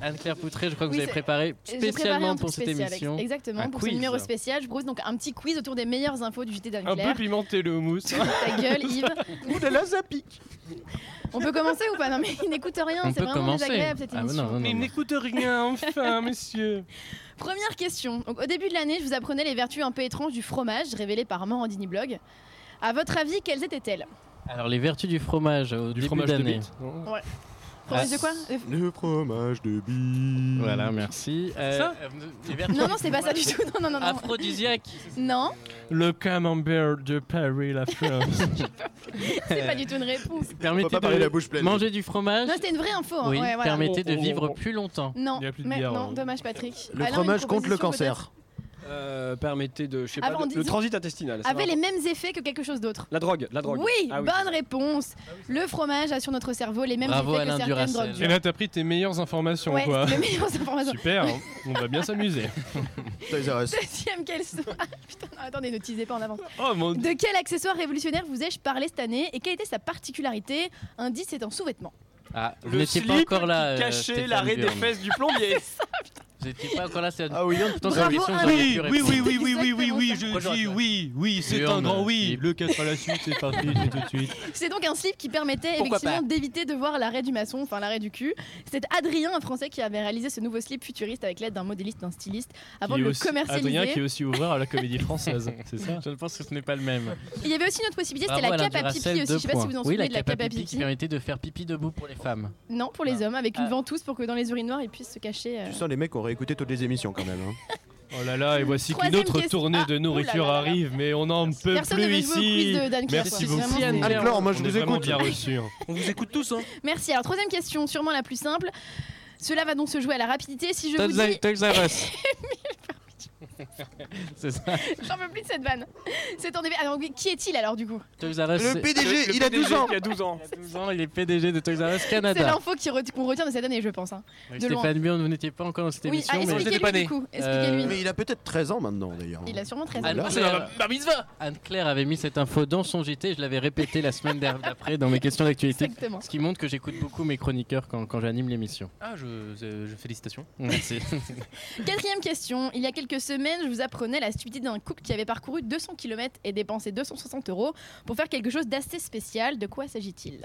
Speaker 11: Anne-Claire Poutré, je crois que
Speaker 7: Oui,
Speaker 11: vous avez
Speaker 7: c'est-
Speaker 11: préparé
Speaker 7: j'ai
Speaker 11: spécialement
Speaker 7: préparé un truc
Speaker 11: pour cette
Speaker 7: spécial, ex-
Speaker 11: émission.
Speaker 7: Exactement,
Speaker 11: un
Speaker 7: pour
Speaker 11: quiz. Ah,
Speaker 7: ce numéro spécial, je propose donc un petit quiz autour des meilleures infos du JT
Speaker 11: Un peu
Speaker 7: d'Anne-Claire.
Speaker 11: pimenté le houmous.
Speaker 7: Ta gueule, Yves.
Speaker 10: Oulala, ça pique.
Speaker 7: On peut commencer ou pas Non, mais il n'écoute rien,
Speaker 11: On
Speaker 7: c'est
Speaker 11: peut
Speaker 7: vraiment
Speaker 11: commencer.
Speaker 7: désagréable cette
Speaker 11: Ah, non,
Speaker 7: émission.
Speaker 11: non, non, non.
Speaker 7: n'écoute
Speaker 11: rien, enfin, monsieur.
Speaker 7: Première question. Donc, au début de l'année, je vous apprenais les vertus un peu étranges du fromage révélées par Morandini Blog. À votre avis, quelles étaient-elles
Speaker 11: Alors, les vertus du fromage au début
Speaker 4: fromage de
Speaker 11: d'année.
Speaker 4: bite,
Speaker 7: Ouais. Fromage
Speaker 11: Ah.
Speaker 7: de quoi
Speaker 11: Le fromage de bille. Voilà, merci. Euh,
Speaker 7: Ça
Speaker 11: euh, les vertus
Speaker 7: Non,
Speaker 11: du
Speaker 7: non, c'est pas ça du
Speaker 11: fromage.
Speaker 7: tout. Non, non, non. non.
Speaker 11: Aphrodisiaque.
Speaker 7: Non,
Speaker 4: Le camembert de Paris, la France.
Speaker 7: c'est
Speaker 11: Euh.
Speaker 7: pas du tout une réponse.
Speaker 11: Permettez
Speaker 4: pas
Speaker 11: de
Speaker 4: parler la bouche pleine.
Speaker 11: manger du fromage.
Speaker 7: Non, c'était une vraie info. hein.
Speaker 11: Oui,
Speaker 7: Ouais, voilà.
Speaker 11: permettez de vivre plus longtemps.
Speaker 7: Non, mais
Speaker 11: bière,
Speaker 7: non,
Speaker 4: hein.
Speaker 11: euh.
Speaker 7: dommage, Patrick.
Speaker 11: Le
Speaker 7: Alain, une
Speaker 11: fromage contre le
Speaker 7: proposition,
Speaker 11: cancer.
Speaker 12: Euh, permettez de, je sais
Speaker 7: Avant,
Speaker 12: pas, de-
Speaker 7: disons-
Speaker 12: le transit intestinal.
Speaker 7: peut-être,
Speaker 12: ça
Speaker 7: Avait
Speaker 12: va.
Speaker 7: les mêmes effets que quelque chose d'autre.
Speaker 12: La drogue, la drogue.
Speaker 7: Oui,
Speaker 12: Ah
Speaker 7: bonne réponse. Le fromage a sur notre cerveau les mêmes effets que certaines drogues.
Speaker 4: Et
Speaker 7: dures.
Speaker 4: là, t'as pris tes meilleures informations,
Speaker 7: Ouais,
Speaker 4: quoi.
Speaker 7: les meilleures informations.
Speaker 4: Super, hein. on va bien s'amuser.
Speaker 7: Deuxième, quel soir Putain, non, attendez, ne teasez pas en avance.
Speaker 4: Oh mon
Speaker 7: De quel accessoire révolutionnaire vous ai-je parlé cette année et quelle était sa particularité Indice, c'est un sous-vêtement.
Speaker 11: Ah, vous
Speaker 12: Le
Speaker 11: n'étiez pas
Speaker 12: slip
Speaker 11: encore là.
Speaker 12: qui
Speaker 11: euh,
Speaker 12: cachait
Speaker 11: Stéphane
Speaker 12: l'arrêt des
Speaker 11: Bern.
Speaker 12: fesses du plombier.
Speaker 11: Vous n'étiez pas encore là. C'est
Speaker 4: Ah
Speaker 12: oui, Yann,
Speaker 4: putain,
Speaker 12: Bravo,
Speaker 4: c'est
Speaker 12: Alain.
Speaker 4: oui,
Speaker 12: J'aurais
Speaker 4: oui,
Speaker 12: pu
Speaker 4: oui,
Speaker 12: répondre.
Speaker 4: oui, oui, oui, oui, oui,
Speaker 11: Bonjour,
Speaker 4: je dis
Speaker 11: Antoine.
Speaker 4: oui, oui, c'est
Speaker 11: Burn,
Speaker 4: un grand oui. Le 4 à la suite, c'est parti, c'est tout de suite.
Speaker 7: C'est donc un slip qui permettait
Speaker 4: Pourquoi
Speaker 7: effectivement
Speaker 4: pas
Speaker 7: d'éviter de voir l'arrêt du maçon, enfin l'arrêt du cul. C'était Adrien, un Français, qui avait réalisé ce nouveau slip futuriste avec l'aide d'un modéliste, d'un styliste, avant
Speaker 4: Qui est
Speaker 7: de le
Speaker 4: aussi-
Speaker 7: commercialiser.
Speaker 4: Adrien qui est aussi ouvert à la comédie française, c'est ça
Speaker 11: Je ne pense que ce n'est pas le même.
Speaker 7: Il y avait aussi une autre possibilité, c'était la
Speaker 11: Bravo, Alain
Speaker 7: cape à pipi
Speaker 11: Bah, Duracell,
Speaker 7: aussi. Je
Speaker 11: deux
Speaker 7: sais pas si
Speaker 11: points.
Speaker 7: vous en
Speaker 11: Oui,
Speaker 7: souvenez de la cape à
Speaker 11: qui
Speaker 7: pipi.
Speaker 11: permettait de faire pipi debout pour les femmes.
Speaker 7: Non, pour les hommes, avec une ventouse pour que dans les urinoirs ils puissent se cacher. euh.
Speaker 10: Tu sens les mecs ont réécouté toutes les émissions quand même.
Speaker 2: hein.
Speaker 4: Oh là là, et voici qu'une
Speaker 7: Troisième
Speaker 4: autre
Speaker 7: question.
Speaker 4: tournée de nourriture
Speaker 7: oulala.
Speaker 4: arrive, mais on n'en peut
Speaker 7: Personne ne
Speaker 4: plus
Speaker 7: veut jouer au quiz
Speaker 4: ici.
Speaker 7: de Dan Clare,
Speaker 4: Merci
Speaker 7: quoi.
Speaker 4: beaucoup.
Speaker 7: C'est vraiment- Anne-Claire,
Speaker 10: moi, je
Speaker 4: On
Speaker 10: vous
Speaker 4: est vraiment
Speaker 10: écoute.
Speaker 4: bien reçu.
Speaker 11: On vous écoute tous, hein.
Speaker 7: Merci. Alors, troisième question, sûrement la plus simple. Cela va donc se jouer à la rapidité. Si je vous
Speaker 11: Totes
Speaker 7: dis.
Speaker 11: Totes Zaros. C'est ça.
Speaker 7: J'en peux plus de cette vanne. C'est en effet. Alors, oui, qui est-il alors du coup
Speaker 11: Toys R Us,
Speaker 7: Le
Speaker 11: c'est-
Speaker 7: PDG, il a 12 ans.
Speaker 11: Il a 12 ans. il est PDG de Toys R Us
Speaker 7: C'est
Speaker 11: Canada.
Speaker 7: l'info qui re- qu'on retient de cette année, je pense. hein.
Speaker 11: Avec
Speaker 7: De loin.
Speaker 11: Stéphane Bion, vous n'étiez pas encore dans cette
Speaker 7: Oui,
Speaker 11: émission.
Speaker 7: ah, expliquez-lui, du coup,
Speaker 11: Euh,
Speaker 7: expliquez-lui.
Speaker 10: Mais il a peut-être 13 ans maintenant d'ailleurs.
Speaker 7: Il a sûrement 13 ans.
Speaker 11: Ah,
Speaker 25: Ah,
Speaker 11: Anne-Claire avait mis cette info dans son JT, je l'avais répété la semaine d'air- d'après dans mes questions d'actualité.
Speaker 7: Exactement.
Speaker 11: Ce qui montre que j'écoute beaucoup mes chroniqueurs quand, quand j'anime l'émission.
Speaker 15: Ah, je, je, je- félicitations.
Speaker 11: Merci.
Speaker 7: Quatrième question. Il y a quelques semaines, je vous apprenais la stupidité d'un couple qui avait parcouru 200 km et dépensé 260 euros pour faire quelque chose d'assez spécial. De quoi s'agit-il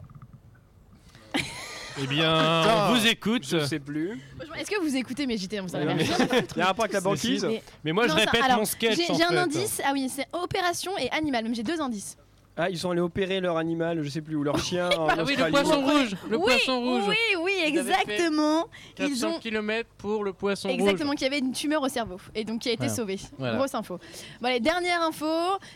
Speaker 4: Eh bien,
Speaker 12: Putain,
Speaker 4: on vous écoute. Je sais
Speaker 12: plus.
Speaker 7: Franchement, Est-ce que vous écoutez mes JT on s'en
Speaker 4: Ouais,
Speaker 7: a
Speaker 4: mais-
Speaker 7: rien à foutre.
Speaker 12: Il y a un rapport avec la banquise.
Speaker 4: Mais moi, je
Speaker 7: Non, ça-
Speaker 4: répète
Speaker 7: alors,
Speaker 4: mon sketch.
Speaker 7: J'ai
Speaker 4: en
Speaker 7: j'ai un
Speaker 4: fait.
Speaker 7: indice. Ah oui, c'est opération et animal. Même j'ai deux indices.
Speaker 12: Ah, ils sont allés opérer leur animal, je sais plus, ou leur chien.
Speaker 7: Bah
Speaker 12: en
Speaker 11: Ah oui, le
Speaker 12: Australie.
Speaker 11: poisson rouge,
Speaker 7: le Oui, poisson rouge. oui, oui,
Speaker 11: Ils avaient fait
Speaker 7: exactement. Ils
Speaker 11: 400
Speaker 7: ont-
Speaker 11: km pour le poisson
Speaker 7: Exactement,
Speaker 11: rouge.
Speaker 7: qui avait une tumeur au cerveau et donc qui a été
Speaker 11: Voilà.
Speaker 7: sauvé.
Speaker 11: Voilà.
Speaker 7: Grosse info. Bon, allez, dernière info,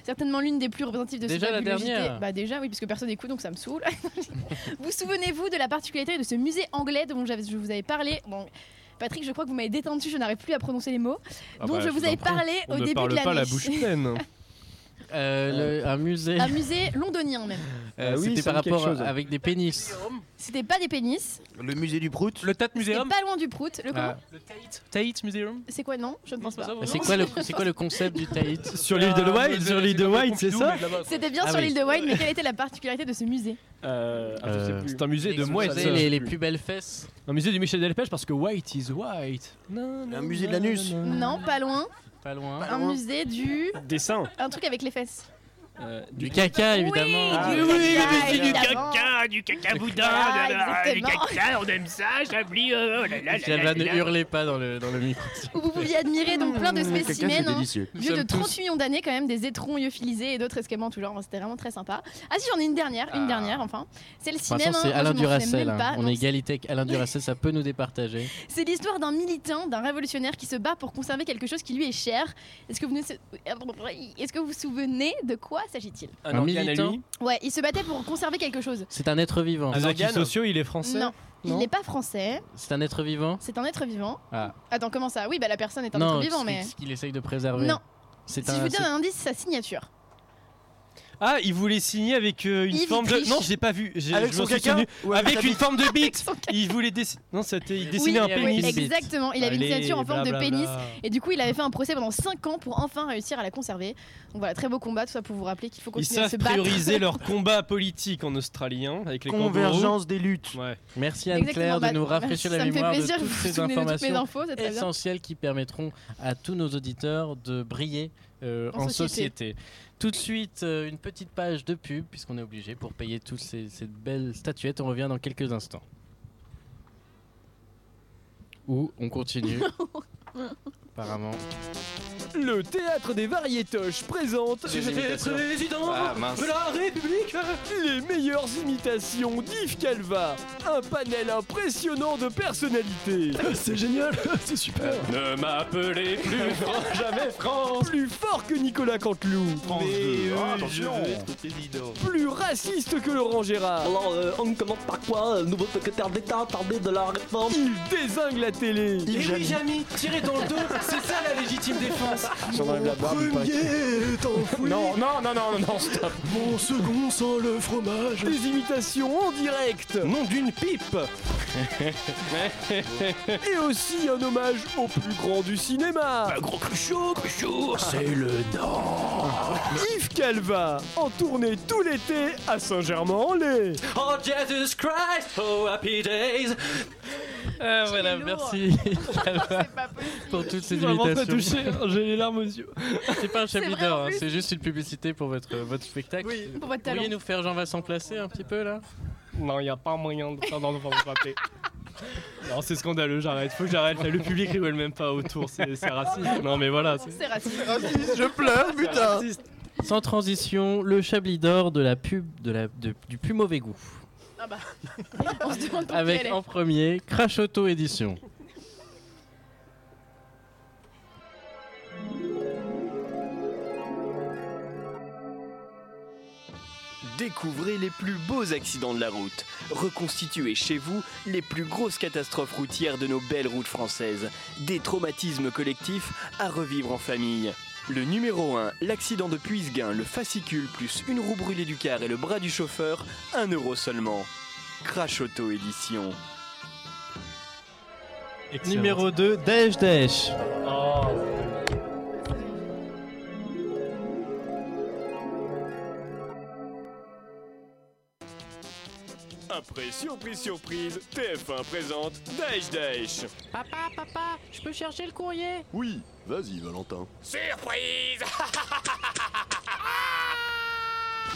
Speaker 7: certainement l'une des plus représentatives de
Speaker 11: Déjà
Speaker 7: cette
Speaker 11: la
Speaker 7: abulosité.
Speaker 11: dernière.
Speaker 7: Bah déjà, oui, parce que personne n'écoute, donc ça me saoule. vous souvenez-vous de la particularité de ce musée anglais dont j'avais- je vous avais parlé Bon, Patrick, je crois que vous m'avez détendu, je n'arrive plus à prononcer les mots.
Speaker 25: Ah
Speaker 7: donc
Speaker 25: bah,
Speaker 7: je
Speaker 25: je
Speaker 7: vous
Speaker 25: vous
Speaker 7: avais
Speaker 25: en prie.
Speaker 7: parlé
Speaker 25: On
Speaker 7: au
Speaker 25: ne
Speaker 7: début
Speaker 25: parle
Speaker 7: de l'année.
Speaker 25: pas la bouche pleine.
Speaker 11: Euh, le- un musée.
Speaker 7: Un musée londonien même.
Speaker 11: Euh,
Speaker 16: Ah oui,
Speaker 11: C'était
Speaker 16: ça
Speaker 11: par
Speaker 16: me dit quelque
Speaker 11: rapport
Speaker 16: chose.
Speaker 11: avec des pénis.
Speaker 7: C'était pas des pénis,
Speaker 16: Le musée du Prout. Le Tate
Speaker 7: c'était
Speaker 16: Museum.
Speaker 7: pas loin du prout. Le comment
Speaker 11: Ah.
Speaker 16: Tate Museum.
Speaker 7: C'est quoi non Je ne pense pas.
Speaker 11: Mais Ah C'est quoi, le- c'est quoi le concept du Ah, Tate
Speaker 12: Sur l'île de Wight, sur l'île de Wight, c'est ça
Speaker 7: C'était bien
Speaker 11: Ah
Speaker 7: sur
Speaker 11: oui.
Speaker 7: l'île de Wight, mais quelle était la particularité de ce musée
Speaker 12: Euh, ah, je sais plus.
Speaker 25: C'est un musée de
Speaker 11: Vous
Speaker 25: mouettes.
Speaker 11: savez, les- les plus belles fesses.
Speaker 25: Un musée du Michel Delpech parce que white is white. Un
Speaker 11: musée de l'anus.
Speaker 7: Non, pas loin.
Speaker 11: Pas loin.
Speaker 7: Un musée du.
Speaker 12: Dessin.
Speaker 7: Un truc avec les fesses.
Speaker 11: euh, Du caca, évidemment.
Speaker 7: Ah, du oui, caca, mais c'est du évidemment.
Speaker 24: du caca boudin,
Speaker 7: Ah,
Speaker 24: là, là,
Speaker 7: exactement.
Speaker 24: on aime ça, Chablis, oh là là
Speaker 11: Java, ne hurlez pas dans le, dans le micro.
Speaker 7: Où vous pouviez admirer donc plein de
Speaker 11: Mmh, le caca,
Speaker 7: spécimens.
Speaker 11: c'est
Speaker 7: hein.
Speaker 11: délicieux. Nous
Speaker 7: Vieux de
Speaker 11: sommes tous-
Speaker 7: 38 millions d'années, quand même, des étrons lyophilisés et d'autres excréments en tout genre. Enfin, C'était vraiment très sympa. Ah, si, j'en ai une dernière, une dernière, enfin. Celle-ci
Speaker 11: Pour
Speaker 7: même.
Speaker 11: l'instant,
Speaker 7: hein,
Speaker 11: c'est
Speaker 7: moi,
Speaker 11: Alain
Speaker 7: je m'en souviens
Speaker 11: Duracell.
Speaker 7: même
Speaker 11: hein.
Speaker 7: pas.
Speaker 11: On
Speaker 7: Non,
Speaker 11: est égalité avec Alain Duracell, ça peut nous départager.
Speaker 7: C'est l'histoire d'un militant, d'un révolutionnaire qui se bat pour conserver quelque chose qui lui est cher. Est-ce que vous ne se- est-ce que vous vous souvenez de quoi s'agit-il
Speaker 11: Un Un organe à militant lui
Speaker 7: Ouais, il se battait pour conserver quelque chose.
Speaker 11: C'est un être vivant.
Speaker 7: Un organe
Speaker 11: sociaux, il est français
Speaker 7: Non, il n'est pas français.
Speaker 11: C'est un être vivant
Speaker 7: C'est un être vivant.
Speaker 11: Ah.
Speaker 7: Attends, comment ça Oui, bah la personne est un
Speaker 11: Non,
Speaker 7: être vivant,
Speaker 11: ce
Speaker 7: mais
Speaker 11: qu'il- ce qu'il essaye de préserver.
Speaker 7: Non.
Speaker 11: C'est
Speaker 7: si je
Speaker 11: un.
Speaker 7: vous donne
Speaker 11: c'est-
Speaker 7: un indice, c'est sa signature.
Speaker 16: Ah, il voulait signer avec euh, une
Speaker 7: Yves, il
Speaker 16: forme de.
Speaker 7: triche.
Speaker 16: Non, j'ai pas vu. J'ai-
Speaker 7: Avec
Speaker 16: je
Speaker 7: son
Speaker 16: m'en suis
Speaker 7: caca
Speaker 16: souvenu.
Speaker 7: ou avec
Speaker 16: Avec
Speaker 7: sa
Speaker 16: une
Speaker 7: bite
Speaker 16: forme de bite. Il voulait dessiner. Non, c'était il dessinait un pénis.
Speaker 7: exactement. Il avait une
Speaker 16: Allez,
Speaker 7: signature en forme de
Speaker 16: blablabla.
Speaker 7: pénis. Et du coup, il avait fait un procès pendant 5 ans pour enfin réussir à la conserver. Donc voilà, très beau combat, tout ça pour vous rappeler qu'il faut
Speaker 16: Ils
Speaker 7: continuer à
Speaker 16: savent
Speaker 7: se battre.
Speaker 16: prioriser leur combat politique en australien avec les
Speaker 11: Convergence
Speaker 16: des luttes. Ouais.
Speaker 11: Merci
Speaker 7: Exactement,
Speaker 11: Anne-Claire de
Speaker 7: bah,
Speaker 11: nous
Speaker 7: merci,
Speaker 11: rafraîchir la
Speaker 7: ça me fait
Speaker 11: mémoire de
Speaker 7: plaisir,
Speaker 11: toutes
Speaker 7: vous vous
Speaker 11: ces
Speaker 7: souvenez de toutes mes
Speaker 11: informations
Speaker 7: infos, c'est très bien.
Speaker 11: essentielles qui permettront à tous nos auditeurs de briller euh,
Speaker 16: En
Speaker 11: en,
Speaker 16: société.
Speaker 11: société. Tout de suite, euh, une petite page de pub puisqu'on est obligé pour payer toutes ces, ces belles statuettes. On revient dans quelques instants. Ou on continue. Apparemment.
Speaker 12: Le théâtre des variétoches présente
Speaker 11: Des imitations.
Speaker 12: président
Speaker 11: Ah, mince.
Speaker 12: de la République Les meilleures imitations d'Yves Calva Un panel impressionnant de personnalités C'est génial, c'est super
Speaker 26: Ne m'appelez plus Fran-
Speaker 12: Jamais France Plus fort que Nicolas Canteloup Mais, euh, je- plus raciste que Laurent Gérard. Alors, euh, on commence par quoi euh, Nouveau secrétaire d'État, parler de la réforme. Il désingue la télé.
Speaker 16: Eh oui, Jamy.
Speaker 12: Jamy,
Speaker 16: tirez dans le dos, c'est ça la légitime défense.
Speaker 12: Non, non, non, non, non, stop. Mon second sans le fromage. Des imitations en direct. Nom d'une pipe. Et aussi un hommage au plus grand du cinéma. Un gros cruchot, cruchot.
Speaker 24: C'est le
Speaker 12: Nord. Ah. Yves Calva, en tournée tout l'été à Saint-Germain-en-Laye.
Speaker 27: Oh Jesus Christ, oh happy days.
Speaker 11: Euh, voilà, merci pour toutes ces imitations.
Speaker 16: hein. J'ai les larmes aux yeux.
Speaker 11: C'est pas un
Speaker 16: C'est
Speaker 11: chapitre
Speaker 16: vrai, en
Speaker 11: d'or, hein,
Speaker 16: plus.
Speaker 11: c'est juste une publicité pour votre, votre spectacle.
Speaker 16: pour
Speaker 11: Vous
Speaker 16: votre talent.
Speaker 11: pourriez nous faire Jean Vincent placer un petit peu là
Speaker 16: Non, il n'y a pas moyen de faire dans le papier. Non, c'est scandaleux, j'arrête. Faut que j'arrête. là. Le public rigole même pas autour, c'est c'est raciste. Non, mais voilà. Ah. c'est-
Speaker 7: C'est raciste.
Speaker 16: je pleure, putain. Raciste.
Speaker 11: Sans transition, le Chablis d'or de la pub de la, de- du plus mauvais goût.
Speaker 7: Ah bah. On se demande pour qui elle
Speaker 11: Avec
Speaker 7: est.
Speaker 11: en premier Crash Auto Édition.
Speaker 28: Découvrez les plus beaux accidents de la route. Reconstituez chez vous les plus grosses catastrophes routières de nos belles routes françaises. Des traumatismes collectifs à revivre en famille. Le numéro 1, l'accident de Puisguin, le fascicule plus une roue brûlée du car et le bras du chauffeur, 1 euro seulement. Crash Auto Édition.
Speaker 11: Numéro 2, Daesh Daesh.
Speaker 19: Après surprise, surprise, TF1 présente Daesh Daesh.
Speaker 24: Papa, papa, je peux chercher le courrier
Speaker 29: Oui, vas-y Valentin.
Speaker 19: Surprise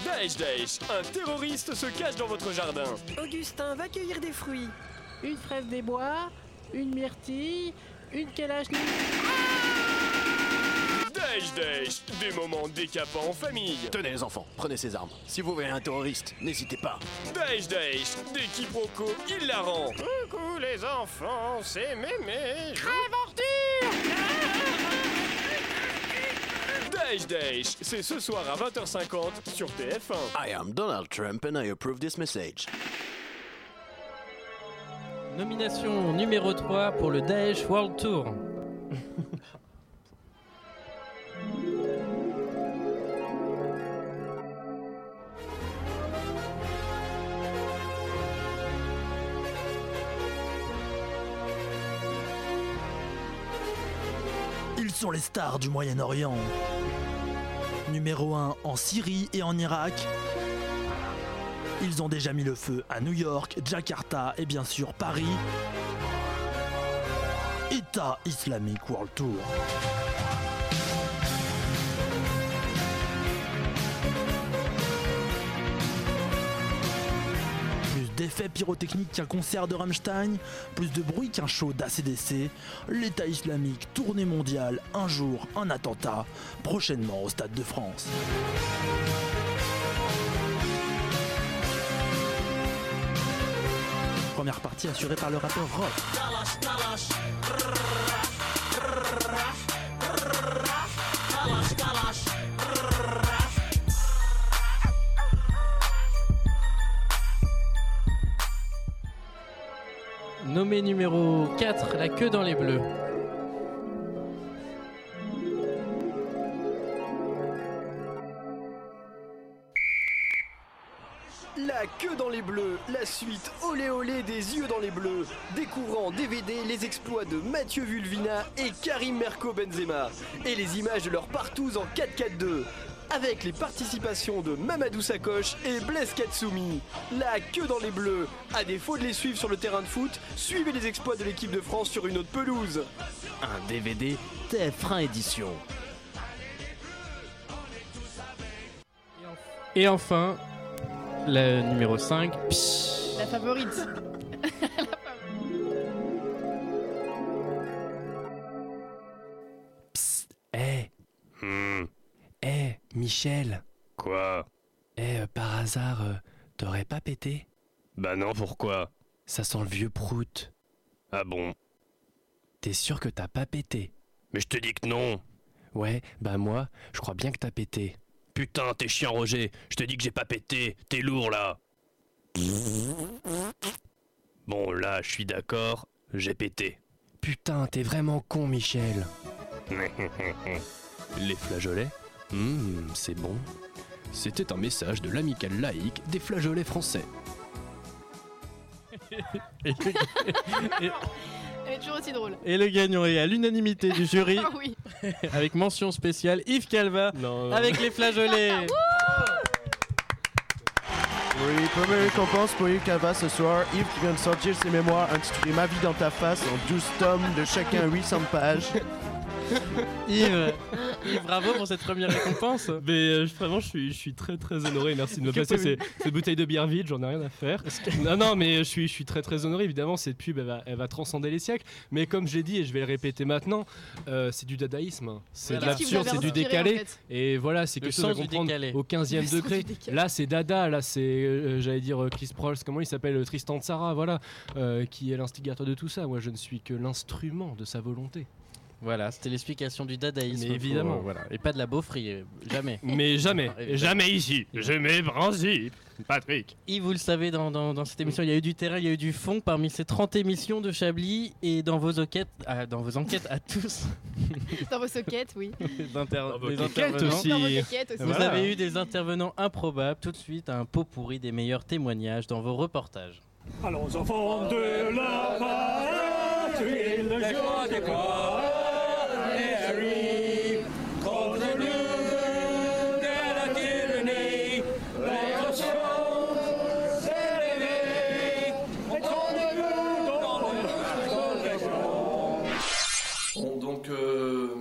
Speaker 19: Daesh Daesh, un terroriste se cache dans votre jardin.
Speaker 24: Augustin va cueillir des fruits. Une fraise des bois, une myrtille, une calachnikov.
Speaker 19: Daesh
Speaker 12: Days, des moments décapants en famille.
Speaker 2: Tenez les enfants, Ah. prenez ces armes. Si vous voyez un terroriste, n'hésitez pas.
Speaker 12: Days Days, des quiproquos hilarants.
Speaker 30: Coucou les enfants, c'est mémé. Crève
Speaker 12: Days Days, c'est ce soir à 20h50 sur TF1.
Speaker 2: I am Donald Trump and I approve this message.
Speaker 11: Nomination numéro 3 pour le Daesh World Tour.
Speaker 9: Ils sont les stars du Moyen-Orient. Numéro 1 en Syrie et en Irak. Ils ont déjà mis le feu à New York, Jakarta et bien sûr Paris. État islamique World Tour. Plus d'effets pyrotechniques qu'un concert de Rammstein, plus de bruit qu'un show d'ACDC, l'État islamique, tournée mondiale, un jour, un attentat, prochainement au Stade de France. Première partie assurée par le rappeur Rock.
Speaker 11: Nommé numéro 4, la queue dans les bleus.
Speaker 12: La queue dans les bleus, la suite olé olé des yeux dans les bleus, découvrant en DVD les exploits de Mathieu Vulvina et Karim Merco Benzema, et les images de leurs partous en 4-4-2, avec les participations de Mamadou Sakoche et Blaise Katsumi. La queue dans les bleus, à défaut de les suivre sur le terrain de foot, suivez les exploits de l'équipe de France sur une autre pelouse.
Speaker 9: Un DVD TF1 édition.
Speaker 11: Et enfin, le numéro 5. Psst.
Speaker 7: La favorite.
Speaker 31: Eh.
Speaker 26: Hmm.
Speaker 31: Eh, Michel. Quoi Eh, euh, par hasard, euh, t'aurais pas pété
Speaker 32: Bah non, pourquoi
Speaker 31: Ça sent le vieux prout.
Speaker 32: Ah bon
Speaker 31: T'es sûr que t'as pas pété
Speaker 32: Mais je te dis que non
Speaker 31: Ouais, bah moi, je crois bien que t'as pété.
Speaker 32: Putain, t'es chiant, Roger Je te dis que j'ai pas pété T'es lourd, là Bon, là, je suis d'accord, j'ai pété.
Speaker 31: Putain, t'es vraiment con, Michel.
Speaker 32: Les flageolets Hum, c'est bon. C'était un message de l'amicale laïque des flageolets français.
Speaker 11: Et, et-
Speaker 7: Elle est toujours aussi drôle.
Speaker 11: et le gagnant est à l'unanimité du jury,
Speaker 7: Ah oui.
Speaker 11: avec mention spéciale Yves Calva, avec les flageolets.
Speaker 10: Oui, première récompense pour Yves Calva ce soir. Yves qui vient de sortir ses mémoires intitulées Ma vie dans ta face en 12 tomes de chacun 800 pages.
Speaker 11: Yves, Yves, bravo pour cette première récompense.
Speaker 16: Mais euh, je- vraiment, je suis, je suis très très honoré. Merci de me
Speaker 11: Que
Speaker 16: passer ces,
Speaker 11: pouvez-
Speaker 16: ces bouteilles de bière vide, j'en ai rien à faire. Non, non, mais je suis, je suis très très honoré. Évidemment, cette pub, elle va, elle va transcender les siècles. Mais comme je l'ai dit, et je vais le répéter maintenant, euh, c'est du dadaïsme. C'est de
Speaker 11: Voilà. Qu'est-ce qui vous
Speaker 16: l'absurde,
Speaker 11: avait
Speaker 16: c'est du
Speaker 11: inspiré,
Speaker 16: décalé.
Speaker 11: en fait
Speaker 16: Et voilà, c'est
Speaker 11: Le
Speaker 16: quelque chose à
Speaker 11: sens du
Speaker 16: comprendre
Speaker 11: décalé.
Speaker 16: au 15e
Speaker 11: Le sens
Speaker 16: degré.
Speaker 11: du décalé.
Speaker 16: Là, c'est dada, là, c'est, euh, j'allais dire, euh, Chris Prolls, comment il s'appelle euh, Tristan de Sarah, voilà, euh, qui est l'instigateur de tout ça. Moi, je ne suis que l'instrument de sa volonté.
Speaker 11: Voilà, c'était l'explication du dadaïsme.
Speaker 16: Mais évidemment.
Speaker 11: pour, euh, voilà. Et pas de la beaufrie, euh, jamais. Ah,
Speaker 16: Mais jamais, jamais ici. Je
Speaker 11: mes
Speaker 16: m'ébranle, Patrick.
Speaker 11: Yves, vous le savez, dans, dans- dans cette émission, il y a eu du terrain, il y a eu du fond parmi ces 30 émissions de Chablis et dans vos enquêtes, à, dans vos enquêtes à tous.
Speaker 7: Dans vos sockets, oui.
Speaker 11: des inter-
Speaker 16: vos
Speaker 11: des
Speaker 16: quéquettes
Speaker 11: intervenants.
Speaker 16: aussi. Dans vos quéquettes aussi.
Speaker 11: Vous
Speaker 16: Voilà.
Speaker 11: avez eu des intervenants improbables, tout de suite un pot pourri des meilleurs témoignages dans vos reportages.
Speaker 19: Allons enfants de la patrie, le jour des gloires est arrivé. Contre nous de la tyrannie, la nation s'est levée. Entendez-nous dans le
Speaker 6: Bon, donc euh,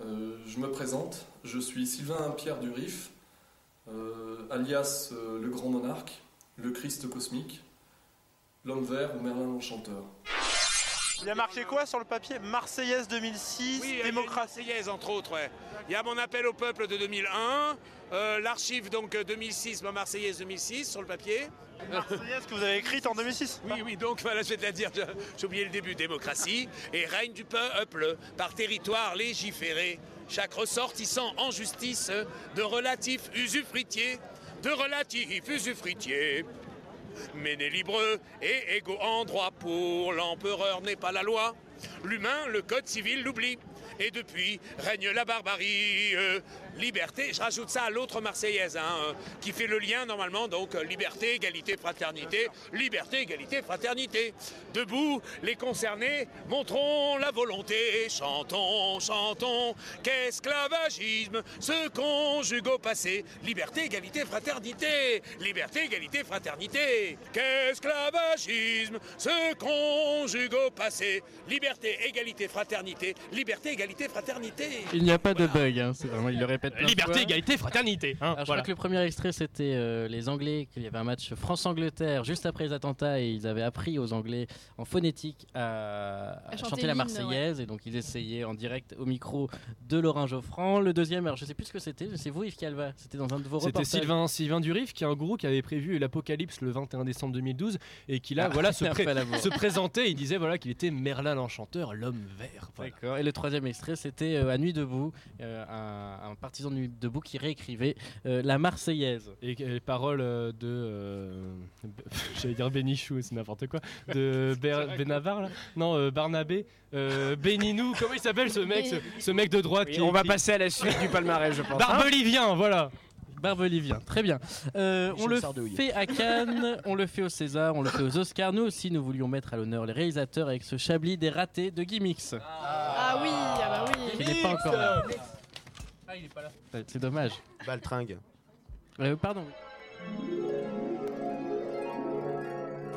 Speaker 6: euh, je me présente, je suis Sylvain Pierre du Rif, euh, alias euh, le Grand Monarque, le Christ cosmique, l'homme vert ou Merlin l'Enchanteur.
Speaker 1: Il a marqué quoi sur le papier Marseillaise 2006,
Speaker 6: euh,
Speaker 1: démocratie.
Speaker 19: entre autres, ouais. Il y a mon appel au peuple de 2001, euh, l'archive donc euh, 2006, ma Marseillaise 2006 sur le papier.
Speaker 1: Marseillaise que vous avez écrite en 2006
Speaker 19: Oui, oui, donc voilà, je vais te la dire, je- j'ai oublié le début, démocratie et règne du peuple par territoire légiféré, chaque ressortissant en justice de relatifs usufruitiers, de relatifs usufruitiers. Mais né libre et égaux en droit pour l'empereur n'est pas la loi. L'humain, le code civil l'oublie. Et depuis, règne la barbarie. euh, liberté, je rajoute ça à l'autre Marseillaise, hein, euh, qui fait le lien normalement, donc euh, liberté, égalité, fraternité. Liberté, égalité, fraternité. Debout, les concernés, montrons la volonté. Chantons, chantons, qu'esclavagisme se conjugue au passé. Liberté, égalité, fraternité. Liberté, égalité, fraternité. Qu'esclavagisme se conjugue au passé. Liberté, égalité, fraternité. Liberté, égalité, fraternité.
Speaker 11: Il n'y a pas de bug, hein, c'est vraiment, il le répète. plein de
Speaker 16: Liberté,
Speaker 11: fois.
Speaker 16: égalité, fraternité. hein,
Speaker 11: Alors,
Speaker 16: voilà.
Speaker 11: je crois que le premier extrait c'était euh, les Anglais, qu'il y avait un match France-Angleterre juste après les attentats et ils avaient appris aux Anglais en phonétique à, à
Speaker 14: À chanter
Speaker 11: chanter, la
Speaker 14: l'hymne,
Speaker 11: Marseillaise et donc ils essayaient en direct au micro de Laurent Geoffran. Le deuxième, alors je sais plus ce que c'était, mais c'est vous Yves Calva, c'était dans un de vos
Speaker 16: C'était
Speaker 11: reportages.
Speaker 16: Sylvain, Sylvain Durif, qui est un gourou qui avait prévu l'apocalypse le 21 décembre 2012 et qui là,
Speaker 11: Ah,
Speaker 16: voilà, se,
Speaker 11: il a
Speaker 16: pré-
Speaker 11: fait la voix.
Speaker 16: se présentait. Il disait voilà qu'il était Merlin l'Enchanteur, l'homme vert. Voilà.
Speaker 11: D'accord. Et le troisième extrait, c'était euh, à Nuit debout, euh, un, un partisan de Nuit debout qui réécrivait euh, la Marseillaise.
Speaker 16: Et les paroles euh, de, j'allais dire Bénichou, c'est n'importe quoi, de Ber- Benavar là, non euh, Barnabé, euh, Béninou, comment il s'appelle ce mec, ce, ce mec de droite
Speaker 11: Oui,
Speaker 16: qui
Speaker 11: on va
Speaker 16: passer
Speaker 11: à la suite du palmarès, je pense. hein.
Speaker 16: Barbelivien, voilà.
Speaker 11: Barbelivien, très Ah, bien. Euh, on
Speaker 16: Michel
Speaker 11: le
Speaker 16: Sardouille.
Speaker 11: fait à Cannes, on le fait au César, on le fait aux Oscars. Nous aussi, nous voulions mettre à l'honneur les réalisateurs avec ce chablis des ratés de Gimmicks.
Speaker 7: Ah oui, ah bah oui.
Speaker 11: Il n'est pas encore là.
Speaker 7: Ah, il est pas là.
Speaker 11: Ouais, Euh, C'est dommage.
Speaker 2: Baltringue.
Speaker 11: Euh, pardon.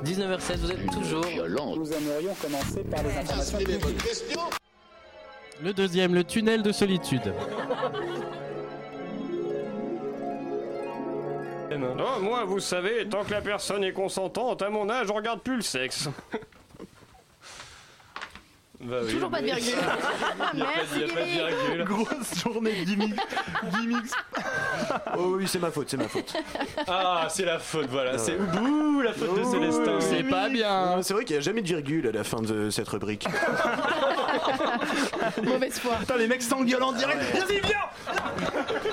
Speaker 11: 19h16, vous êtes toujours.
Speaker 20: Nous aimerions commencer par les informations publiques.
Speaker 11: Le deuxième, le tunnel de solitude.
Speaker 12: Non, Oh, moi, vous savez, tant que la personne est consentante, à mon âge, on regarde plus le sexe. Bah oui,
Speaker 6: Toujours pas de
Speaker 12: mais-
Speaker 6: virgule.
Speaker 7: Ah,
Speaker 12: Il y a pas de- il y a pas de virgule.
Speaker 6: Grosse journée de gimmicks. gimmicks.
Speaker 2: Oh oui, c'est ma faute, c'est ma faute.
Speaker 12: Ah, c'est la faute, voilà. C'est
Speaker 2: Ouais.
Speaker 12: bouh, la faute de
Speaker 2: Oh,
Speaker 12: Célestin.
Speaker 2: oui. Non, C'est vrai qu'il n'y a jamais de virgule à la fin de cette rubrique.
Speaker 7: Mauvaise foi.
Speaker 6: Putain, les mecs s'engueulent en direct. Vas-y, viens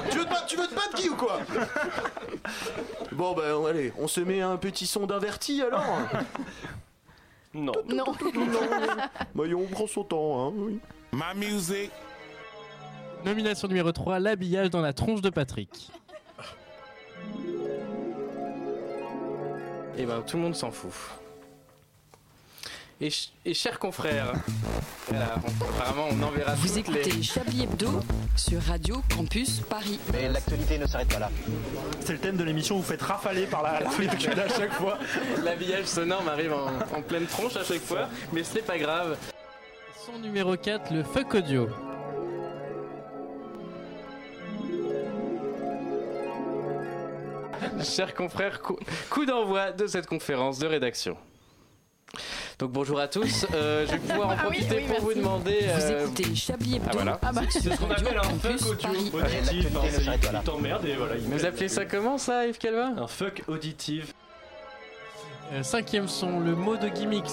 Speaker 2: tu, veux te battre, tu veux te battre, Guy, ou quoi Bon, bah, on- allez, on se met un petit son d'inverti alors
Speaker 12: Non.
Speaker 7: Non.
Speaker 2: Bah, on prend son temps, hein, oui.
Speaker 11: Ma music. Nomination numéro 3, l'habillage dans la tronche de Patrick.
Speaker 12: Et ben, tout le monde s'en fout. Et, ch- et chers confrères, voilà, on- apparemment, on enverra
Speaker 21: Vous
Speaker 12: toutes
Speaker 21: écoutez
Speaker 12: les-
Speaker 21: Chablis Hebdo sur Radio Campus Paris.
Speaker 12: Mais l'actualité ne s'arrête pas là.
Speaker 6: C'est le thème de l'émission, vous faites rafaler par la solitude à chaque fois.
Speaker 11: L'habillage sonore m'arrive en, en pleine tronche à chaque fois, mais c'est pas grave. Son numéro 4, le fuck audio.
Speaker 12: Chers confrères, coup, coup d'envoi de cette conférence de rédaction. Donc bonjour à tous, euh, je vais pouvoir en
Speaker 21: Ah oui,
Speaker 12: profiter
Speaker 21: oui,
Speaker 12: pour vous
Speaker 21: merci.
Speaker 12: demander... euh,
Speaker 21: Vous écoutez Chablis Hebdo
Speaker 12: Ah voilà.
Speaker 21: sur
Speaker 12: C'est ce qu'on
Speaker 21: Radio
Speaker 12: appelle un
Speaker 21: Campus
Speaker 12: fuck
Speaker 21: Paris.
Speaker 12: audio auditif, hein, c'est- il t'emmerde et voilà, il
Speaker 11: Vous
Speaker 12: met-
Speaker 11: appelez ça comment ça, Yves Calva
Speaker 12: Un fuck auditif.
Speaker 11: Euh, Cinquième son, le mot de gimmicks.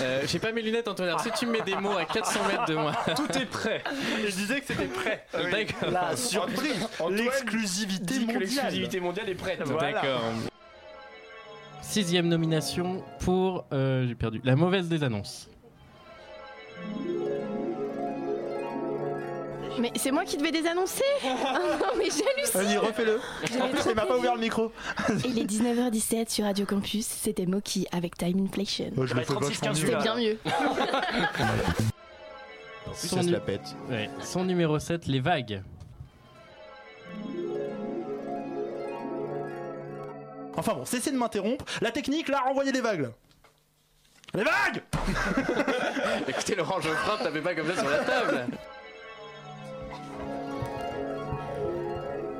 Speaker 11: Euh, J'ai pas mes lunettes, Antoine. Alors, si tu me mets des mots à 400 mètres de moi.
Speaker 12: Tout est prêt. Je disais que c'était prêt.
Speaker 11: Oui.
Speaker 12: D'accord.
Speaker 11: La surprise.
Speaker 12: L'exclusivité
Speaker 11: mondiale.
Speaker 12: L'exclusivité mondiale est prête.
Speaker 11: D'accord. Sixième nomination pour. euh, J'ai perdu. La mauvaise des annonces.
Speaker 7: Mais c'est moi qui devais désannoncer Ah Non mais j'hallucine
Speaker 6: Vas-y, refais-le. Il m'a pas ouvert le micro.
Speaker 7: Il est 19h17 sur Radio Campus, c'était Moki avec Time Inflation.
Speaker 6: Oh, je le fais vachement mieux.
Speaker 7: C'était bien mieux.
Speaker 2: ça se la pète.
Speaker 11: Ouais. Son numéro 7, les vagues.
Speaker 6: Enfin bon, cessez de m'interrompre. La technique, là, renvoyez les vagues. là. Les vagues
Speaker 12: Écoutez, Laurent Geoffrin, tapez pas comme ça sur la table.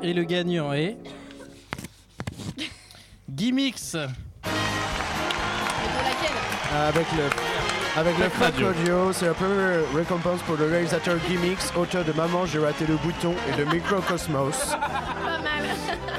Speaker 11: Et le gagnant est. Gimmicks.
Speaker 10: Avec le, avec le
Speaker 11: Avec
Speaker 10: Fuck
Speaker 11: Radio.
Speaker 10: Audio, c'est la première récompense pour le réalisateur Gimmicks, auteur de Maman, j'ai raté le bouton et de Microcosmos.
Speaker 7: Pas mal.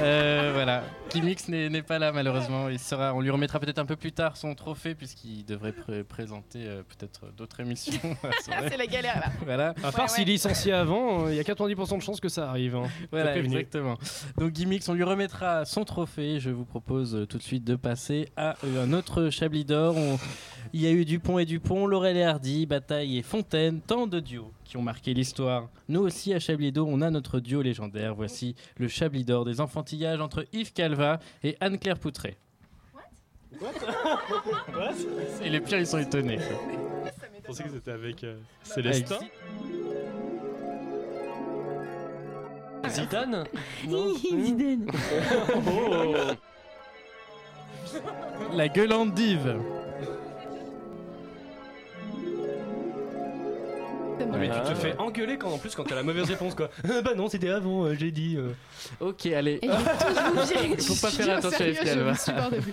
Speaker 11: Euh, voilà. Kimix n'est n'est pas là malheureusement. Il sera, on lui remettra peut-être un peu plus tard son trophée puisqu'il devrait pré- présenter euh, peut-être d'autres émissions.
Speaker 7: Ah, C'est la galère là.
Speaker 11: voilà.
Speaker 16: À part s'il est licencié avant, il y a 90% de chances que ça arrive. hein. T'as
Speaker 11: Voilà,
Speaker 16: prévenu.
Speaker 11: exactement. Donc Gimmicks, on lui remettra son trophée. Je vous propose euh, tout de suite de passer à euh, un autre Chablis d'or. On- Il y a eu Dupont et Dupont, Laurel et Hardy, Bataille et Fontaine, tant de duos qui ont marqué l'histoire. Nous aussi à Chablis d'or, on a notre duo légendaire. Voici le Chablis d'or des enfantillages entre Yves Calva et Anne-Claire Poutré. Et les pires, ils sont étonnés.
Speaker 16: Je pensais que c'était avec euh, Célestin. Zidane Oh.
Speaker 11: Zidane. La gueulante dive.
Speaker 16: Non, mais tu te fais engueuler quand en plus quand t'as la mauvaise réponse quoi. Euh, bah non, c'était avant, euh, j'ai dit. euh.
Speaker 11: Ok, allez.
Speaker 16: Et il faut toujours virer
Speaker 11: Il
Speaker 16: du
Speaker 11: faut pas
Speaker 16: studio,
Speaker 11: faire attention à
Speaker 16: sérieux,
Speaker 11: Pascal,
Speaker 16: je
Speaker 11: va.
Speaker 16: vous supporte plus.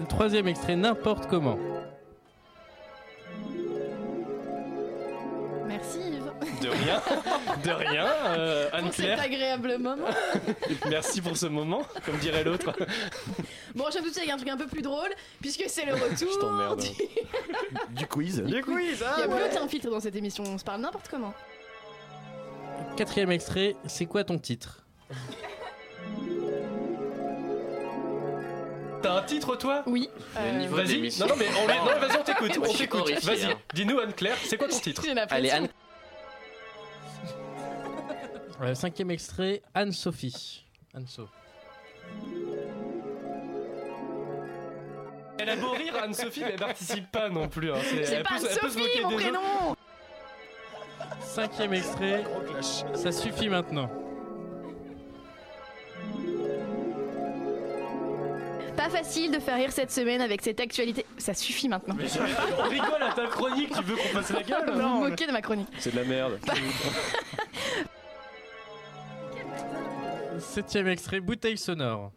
Speaker 11: Le troisième extrait, n'importe comment.
Speaker 7: Merci Yves.
Speaker 16: De rien, de rien, euh,
Speaker 7: Pour cet
Speaker 16: Anne-Claire.
Speaker 7: agréable moment.
Speaker 16: Merci pour ce moment, comme dirait l'autre.
Speaker 7: Bon, j'aime tout de suite avec un truc un peu plus drôle, puisque c'est le retour.
Speaker 16: Je t'emmerde.
Speaker 7: du-
Speaker 2: Du quiz.
Speaker 7: Il y a plus aucun filtre dans cette émission, on se parle n'importe comment.
Speaker 11: Quatrième extrait, c'est quoi ton titre
Speaker 16: T'as un titre toi
Speaker 7: Oui.
Speaker 11: Le niveau
Speaker 16: Vas-y.
Speaker 11: d'émission.
Speaker 16: Non, non, mais on, est- non, vas-y, on t'écoute,
Speaker 11: Moi,
Speaker 16: on
Speaker 11: je suis
Speaker 16: t'écoute.
Speaker 11: horrifié,
Speaker 16: Vas-y,
Speaker 11: hein.
Speaker 16: dis-nous Anne-Claire, c'est quoi ton titre
Speaker 7: J'ai l'impression. Allez, Anne.
Speaker 11: Euh, Cinquième extrait, Anne-Sophie. Anne-So.
Speaker 16: Elle a beau rire, Anne-Sophie, mais elle participe pas non plus. hein. C'est-
Speaker 7: C'est
Speaker 16: elle
Speaker 7: pas
Speaker 16: peut- elle peut se
Speaker 7: Sophie,
Speaker 16: moquer
Speaker 7: mon
Speaker 16: des autres.
Speaker 7: prénom
Speaker 11: Cinquième extrait, ça suffit maintenant.
Speaker 7: Pas facile de faire rire cette semaine avec cette actualité. Ça suffit maintenant.
Speaker 16: Mais je- on rigole à ta chronique, tu veux qu'on fasse la gueule
Speaker 7: Vous vous moquez de ma chronique.
Speaker 16: C'est de la merde.
Speaker 11: Septième extrait, Bouteille sonore.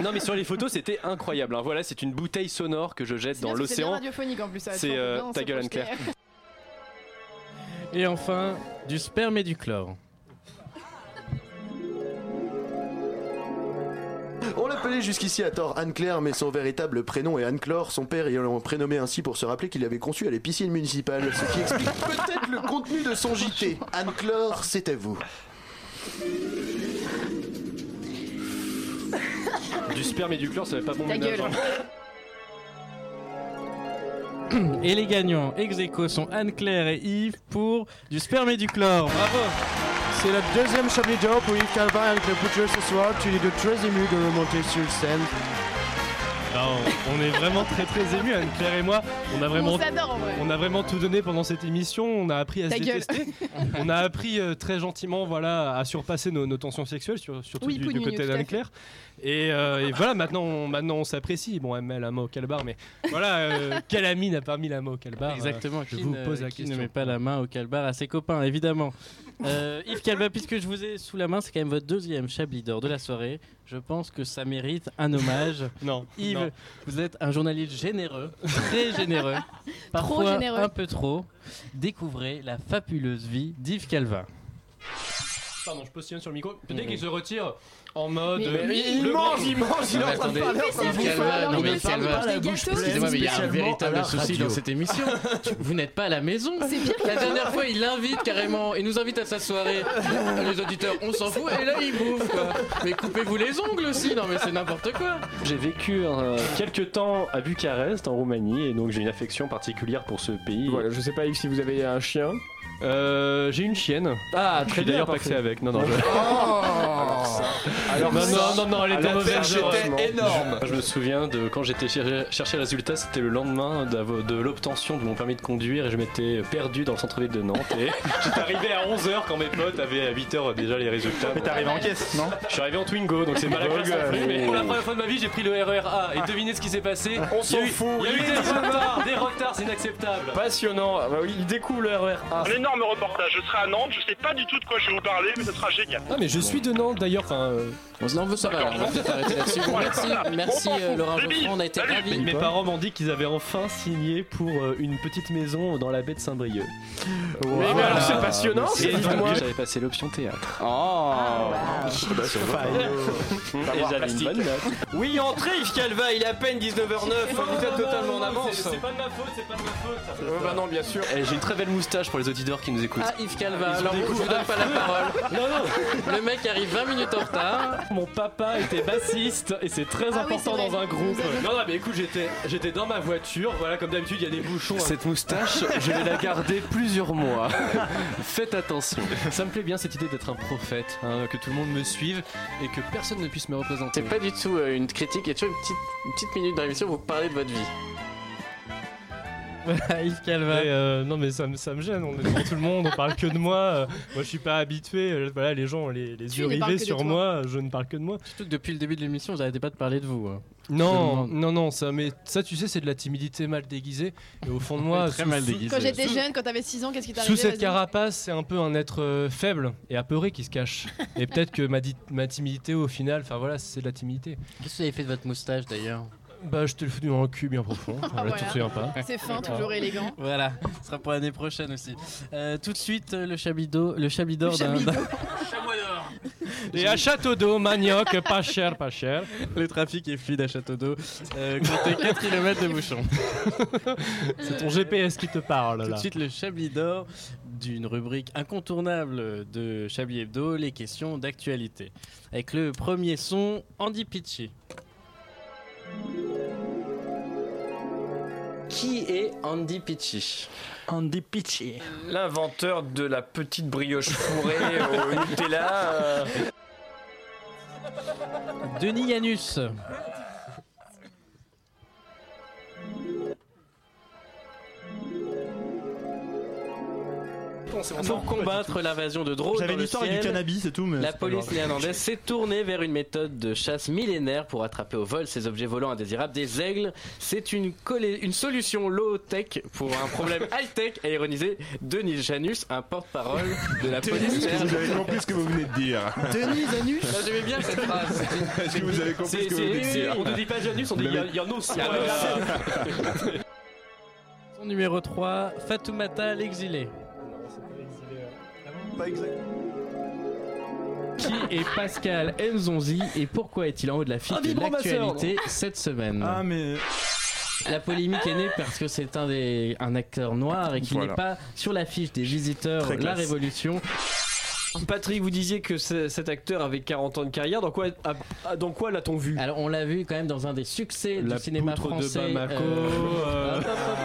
Speaker 12: Non mais sur les photos c'était incroyable. hein. Voilà, c'est une bouteille sonore que je jette dans
Speaker 7: Bien, parce que C'est bien
Speaker 12: l'océan.
Speaker 7: radiophonique en plus. ça,
Speaker 12: C'est,
Speaker 7: tu vois,
Speaker 12: euh,
Speaker 7: dedans, on
Speaker 12: ta
Speaker 7: s'est
Speaker 12: gueule,
Speaker 7: projeté.
Speaker 12: Anne-Claire.
Speaker 11: Et enfin, du sperme et du chlore.
Speaker 2: On l'appelait jusqu'ici à tort Anne-Claire, mais son véritable prénom est Anne-Clore. Son père y l'ont prénommé ainsi pour se rappeler qu'il l'avait conçu à les piscines municipales, ce qui explique peut-être le contenu de son JT. Anne-Clore, c'est à vous.
Speaker 12: Du sperme et du chlore, ça fait pas bon
Speaker 11: Ta
Speaker 12: ménage.
Speaker 16: hein.
Speaker 11: gueule. Et les gagnants ex aequo sont Anne-Claire et Yves pour du sperme et du chlore. Bravo
Speaker 10: C'est le deuxième Chablis d'or pour Yves Calvin avec le Poutier ce soir. Tu es de très ému de remonter sur scène.
Speaker 16: Non, on est vraiment très très émus, Anne-Claire et moi. On a vraiment,
Speaker 7: On s'adore, en vrai.
Speaker 16: on a vraiment tout donné pendant cette émission. On a appris à
Speaker 7: Ta
Speaker 16: se
Speaker 7: gueule.
Speaker 16: détester. on a appris euh, très gentiment, voilà, à surpasser nos, nos tensions sexuelles, sur- surtout
Speaker 7: Oui,
Speaker 16: du,
Speaker 7: Pougneux,
Speaker 16: du côté
Speaker 7: tout à fait.
Speaker 16: d'Anne-Claire. Et, euh, et voilà, maintenant, on, maintenant on s'apprécie. Bon, elle met la main au calbar, mais voilà, euh, quel ami n'a pas mis la main au calbar euh,
Speaker 11: Exactement,
Speaker 16: Je
Speaker 11: qui
Speaker 16: vous
Speaker 11: ne-
Speaker 16: pose la
Speaker 11: qui
Speaker 16: question.
Speaker 11: ne met pas la main au calbar à ses copains, évidemment. Euh, Yves Calva, puisque je vous ai sous la main, c'est quand même votre deuxième Chablis d'or de la soirée. Je pense que ça mérite un hommage.
Speaker 16: non.
Speaker 11: Yves,
Speaker 16: non.
Speaker 11: vous êtes un journaliste généreux, très généreux, parfois
Speaker 7: généreux.
Speaker 11: un peu trop. Découvrez la fabuleuse vie d'Yves Calva.
Speaker 16: Pardon, je positionne sur le micro. Dès qu'il se retire en mode.
Speaker 11: Mais-
Speaker 16: euh,
Speaker 11: Mais il
Speaker 16: le
Speaker 11: mange,
Speaker 16: grand-
Speaker 11: il mange, il est en train de parler, en train de bouffer.
Speaker 16: Ah,
Speaker 11: Non, mais Yves Calva, Excusez-moi, mais il y a un véritable souci dans cette émission. Tu- Vous n'êtes pas à la maison.
Speaker 7: C'est pire que
Speaker 11: La
Speaker 7: ça.
Speaker 11: dernière fois, il l'invite carrément. Il nous invite à sa soirée. Les auditeurs, on s'en fout. Et là, il bouffe. quoi. Mais coupez-vous les ongles aussi. Non, mais c'est n'importe quoi.
Speaker 12: J'ai vécu euh, quelques temps à Bucarest, en Roumanie, et donc j'ai une affection particulière pour ce pays. Voilà, je sais pas Yves, si vous avez un chien. Euh, j'ai une chienne. Ah,
Speaker 16: très
Speaker 12: très Oh
Speaker 16: bien,
Speaker 12: d'ailleurs
Speaker 16: parfait.
Speaker 12: paxé avec. Non, non, je...
Speaker 17: Alors ça.
Speaker 12: non,
Speaker 17: ça,
Speaker 12: non, non, non, elle était
Speaker 17: la
Speaker 12: mauvaise.
Speaker 17: perche était
Speaker 12: heureusement.
Speaker 17: énorme.
Speaker 12: Je, je me souviens de quand j'étais cher- chercher le résultat, c'était le lendemain d'avo- de l'obtention de mon permis de conduire et je m'étais perdu dans le centre-ville de Nantes. Et j'étais arrivé à 11h quand mes potes avaient à 8h euh, déjà les résultats. Mais
Speaker 16: t'es arrivé en caisse,
Speaker 12: non Je suis arrivé en Twingo, donc c'est mal à
Speaker 16: Twingo,
Speaker 12: classe non plus,
Speaker 16: euh,
Speaker 12: mais
Speaker 16: Pour la première fois de ma vie, j'ai pris le RERA et devinez ce qui s'est passé.
Speaker 12: On
Speaker 16: Il y a
Speaker 12: s'en
Speaker 16: eu-
Speaker 12: fout,
Speaker 16: Il y a eu
Speaker 12: oui.
Speaker 16: des retards, des retards, c'est inacceptable.
Speaker 12: Passionnant, bah Ah oui, il découvre le RER A.
Speaker 16: Mais non,
Speaker 33: énorme reportage. Je serai à Nantes, je sais pas du tout de quoi je vais vous parler, mais ce sera génial.
Speaker 16: Ah mais je suis de Nantes d'ailleurs, enfin... euh,
Speaker 11: On se veut ça va, alors, on va peut-être arrêter là-dessus. Merci, merci euh, Laurent Geoffrand, on a été ravis. Hein
Speaker 16: Mes parents m'ont dit qu'ils avaient enfin signé pour euh, une petite maison dans la baie de Saint-Brieuc.
Speaker 11: mais
Speaker 16: Voilà.
Speaker 11: alors, c'est passionnant,
Speaker 16: Mais
Speaker 11: c'est-
Speaker 16: dites-moi-
Speaker 11: J'avais
Speaker 16: passé l'option théâtre.
Speaker 34: Oh
Speaker 12: Ah, bah,
Speaker 16: Et j'avais une bonne note.
Speaker 12: Oui, entrez Yves Calva, il est à peine 19h09, vous êtes totalement en avance.
Speaker 16: de ma faute, c'est pas de ma faute.
Speaker 11: bah non, bien sûr.
Speaker 35: Eh, J'ai une très belle moustache pour les auditeurs qui nous écoutent.
Speaker 11: Ah, Yves Calva,
Speaker 35: Ils
Speaker 11: alors
Speaker 35: ont des
Speaker 11: je vous
Speaker 35: goûts
Speaker 11: donne pas la
Speaker 35: affreux.
Speaker 11: parole.
Speaker 35: Non, non.
Speaker 11: Le mec arrive 20 minutes en retard.
Speaker 16: Mon papa était bassiste et c'est très
Speaker 11: Ah oui,
Speaker 16: important
Speaker 11: c'est vrai.
Speaker 16: dans un groupe. Non, non, mais écoute, j'étais, j'étais dans ma voiture. Voilà, comme d'habitude, il y a des bouchons. hein.
Speaker 35: Cette moustache, je vais la garder plusieurs mois. Faites attention.
Speaker 16: Ça me plaît bien cette idée d'être un prophète, hein, que tout le monde me suive et que personne ne puisse me représenter.
Speaker 11: C'est pas du tout euh, une critique. Et tu vois, une petite, une petite minute dans l'émission, vous parlez de votre vie.
Speaker 16: Voilà, Yves Calva. euh, non, mais ça me, ça me gêne. On est devant tout le monde, on parle que de moi. euh, moi, je suis pas habitué. euh, Voilà, les gens, ont les, les
Speaker 11: Tu
Speaker 16: yeux
Speaker 11: ne parles
Speaker 16: rivés
Speaker 11: que de
Speaker 16: sur
Speaker 11: toi.
Speaker 16: moi. Je ne parle que de moi.
Speaker 11: Surtout que depuis le début de l'émission, j'arrêtais pas de parler de vous. hein.
Speaker 16: Non, non, non, ça, mais ça, tu sais, c'est de la timidité mal déguisée. Et au fond de moi,
Speaker 35: Très
Speaker 16: sous-
Speaker 35: mal
Speaker 16: sous-
Speaker 35: déguisée.
Speaker 7: Quand j'étais jeune, quand t'avais 6 ans, qu'est-ce qui t'arrivait
Speaker 16: Sous cette
Speaker 7: vas-y
Speaker 16: carapace, c'est un peu un être euh, faible et apeuré qui se cache. Et peut-être que ma, di- ma timidité, au final, enfin voilà, c'est de la timidité.
Speaker 11: Qu'est-ce que vous avez fait de votre moustache d'ailleurs
Speaker 16: Bah, je te le fous dans le cul bien profond.
Speaker 7: Ah,
Speaker 16: Voilà,
Speaker 11: Voilà.
Speaker 16: tu te souviens pas.
Speaker 11: C'est
Speaker 7: hein. fin, toujours élégant.
Speaker 11: Voilà, ce sera pour l'année prochaine aussi. Euh, tout de suite, euh, le chabido, le chabidor d'un.
Speaker 16: Et à Château d'eau, manioc, pas cher, pas cher.
Speaker 11: Le trafic est fluide à Château d'eau. Euh, comptez 4 km de bouchon.
Speaker 16: C'est ton GPS qui te parle
Speaker 11: Tout de
Speaker 16: là.
Speaker 11: suite, le Chablis d'or d'une rubrique incontournable de Chablis Hebdo, les questions d'actualité. Avec le premier son, Andy Pitchy. Qui est Andy Pitchy
Speaker 12: Andy Pitchy.
Speaker 34: L'inventeur de la petite brioche fourrée
Speaker 11: au Nutella, euh. Denis Yanus. Pour combattre l'invasion de drones,
Speaker 6: J'avais
Speaker 11: dans le
Speaker 6: l'histoire avec du
Speaker 11: ciel,
Speaker 6: cannabis et tout, mais
Speaker 11: la
Speaker 6: c'est pas
Speaker 11: police
Speaker 6: grave.
Speaker 11: néerlandaise s'est tournée vers une méthode de chasse millénaire pour attraper au vol ces objets volants indésirables des aigles. C'est une, collé- une solution low-tech pour un problème high-tech, a ironisé Denis Janus, un porte-parole de la police
Speaker 1: J'avais
Speaker 11: néerlandaise.
Speaker 1: compris ce que vous venez de dire.
Speaker 11: Denis Janus J'aimais bien cette phrase.
Speaker 1: Est-ce que vous avez compris ce que vous venez de dire Ah,
Speaker 11: On ne dit pas Janus, on dit
Speaker 1: Le mec-
Speaker 11: Janus. Son numéro 3, Fatoumata l'exilé.
Speaker 6: Pas exact.
Speaker 11: Qui est Pascal Nzonzi et pourquoi est-il en haut de la fiche
Speaker 12: Un
Speaker 11: de
Speaker 12: vibromasseur,
Speaker 11: l'actualité
Speaker 12: non
Speaker 11: cette semaine
Speaker 12: Ah, mais-
Speaker 11: La polémique est née parce que c'est un, des, un acteur noir et qu'il
Speaker 12: Voilà.
Speaker 11: n'est pas sur la fiche des visiteurs
Speaker 12: Très
Speaker 11: de La
Speaker 12: classe.
Speaker 11: Révolution.
Speaker 12: euh, Patrick, vous disiez que ce- cet acteur avait 40 ans de carrière, dans quoi, a- a- dans quoi l'a-t-on vu
Speaker 11: Alors on l'a vu quand même dans un des succès
Speaker 12: La
Speaker 11: du cinéma
Speaker 12: poutre de
Speaker 11: français. euh,
Speaker 12: Bamako, euh,
Speaker 11: Ah,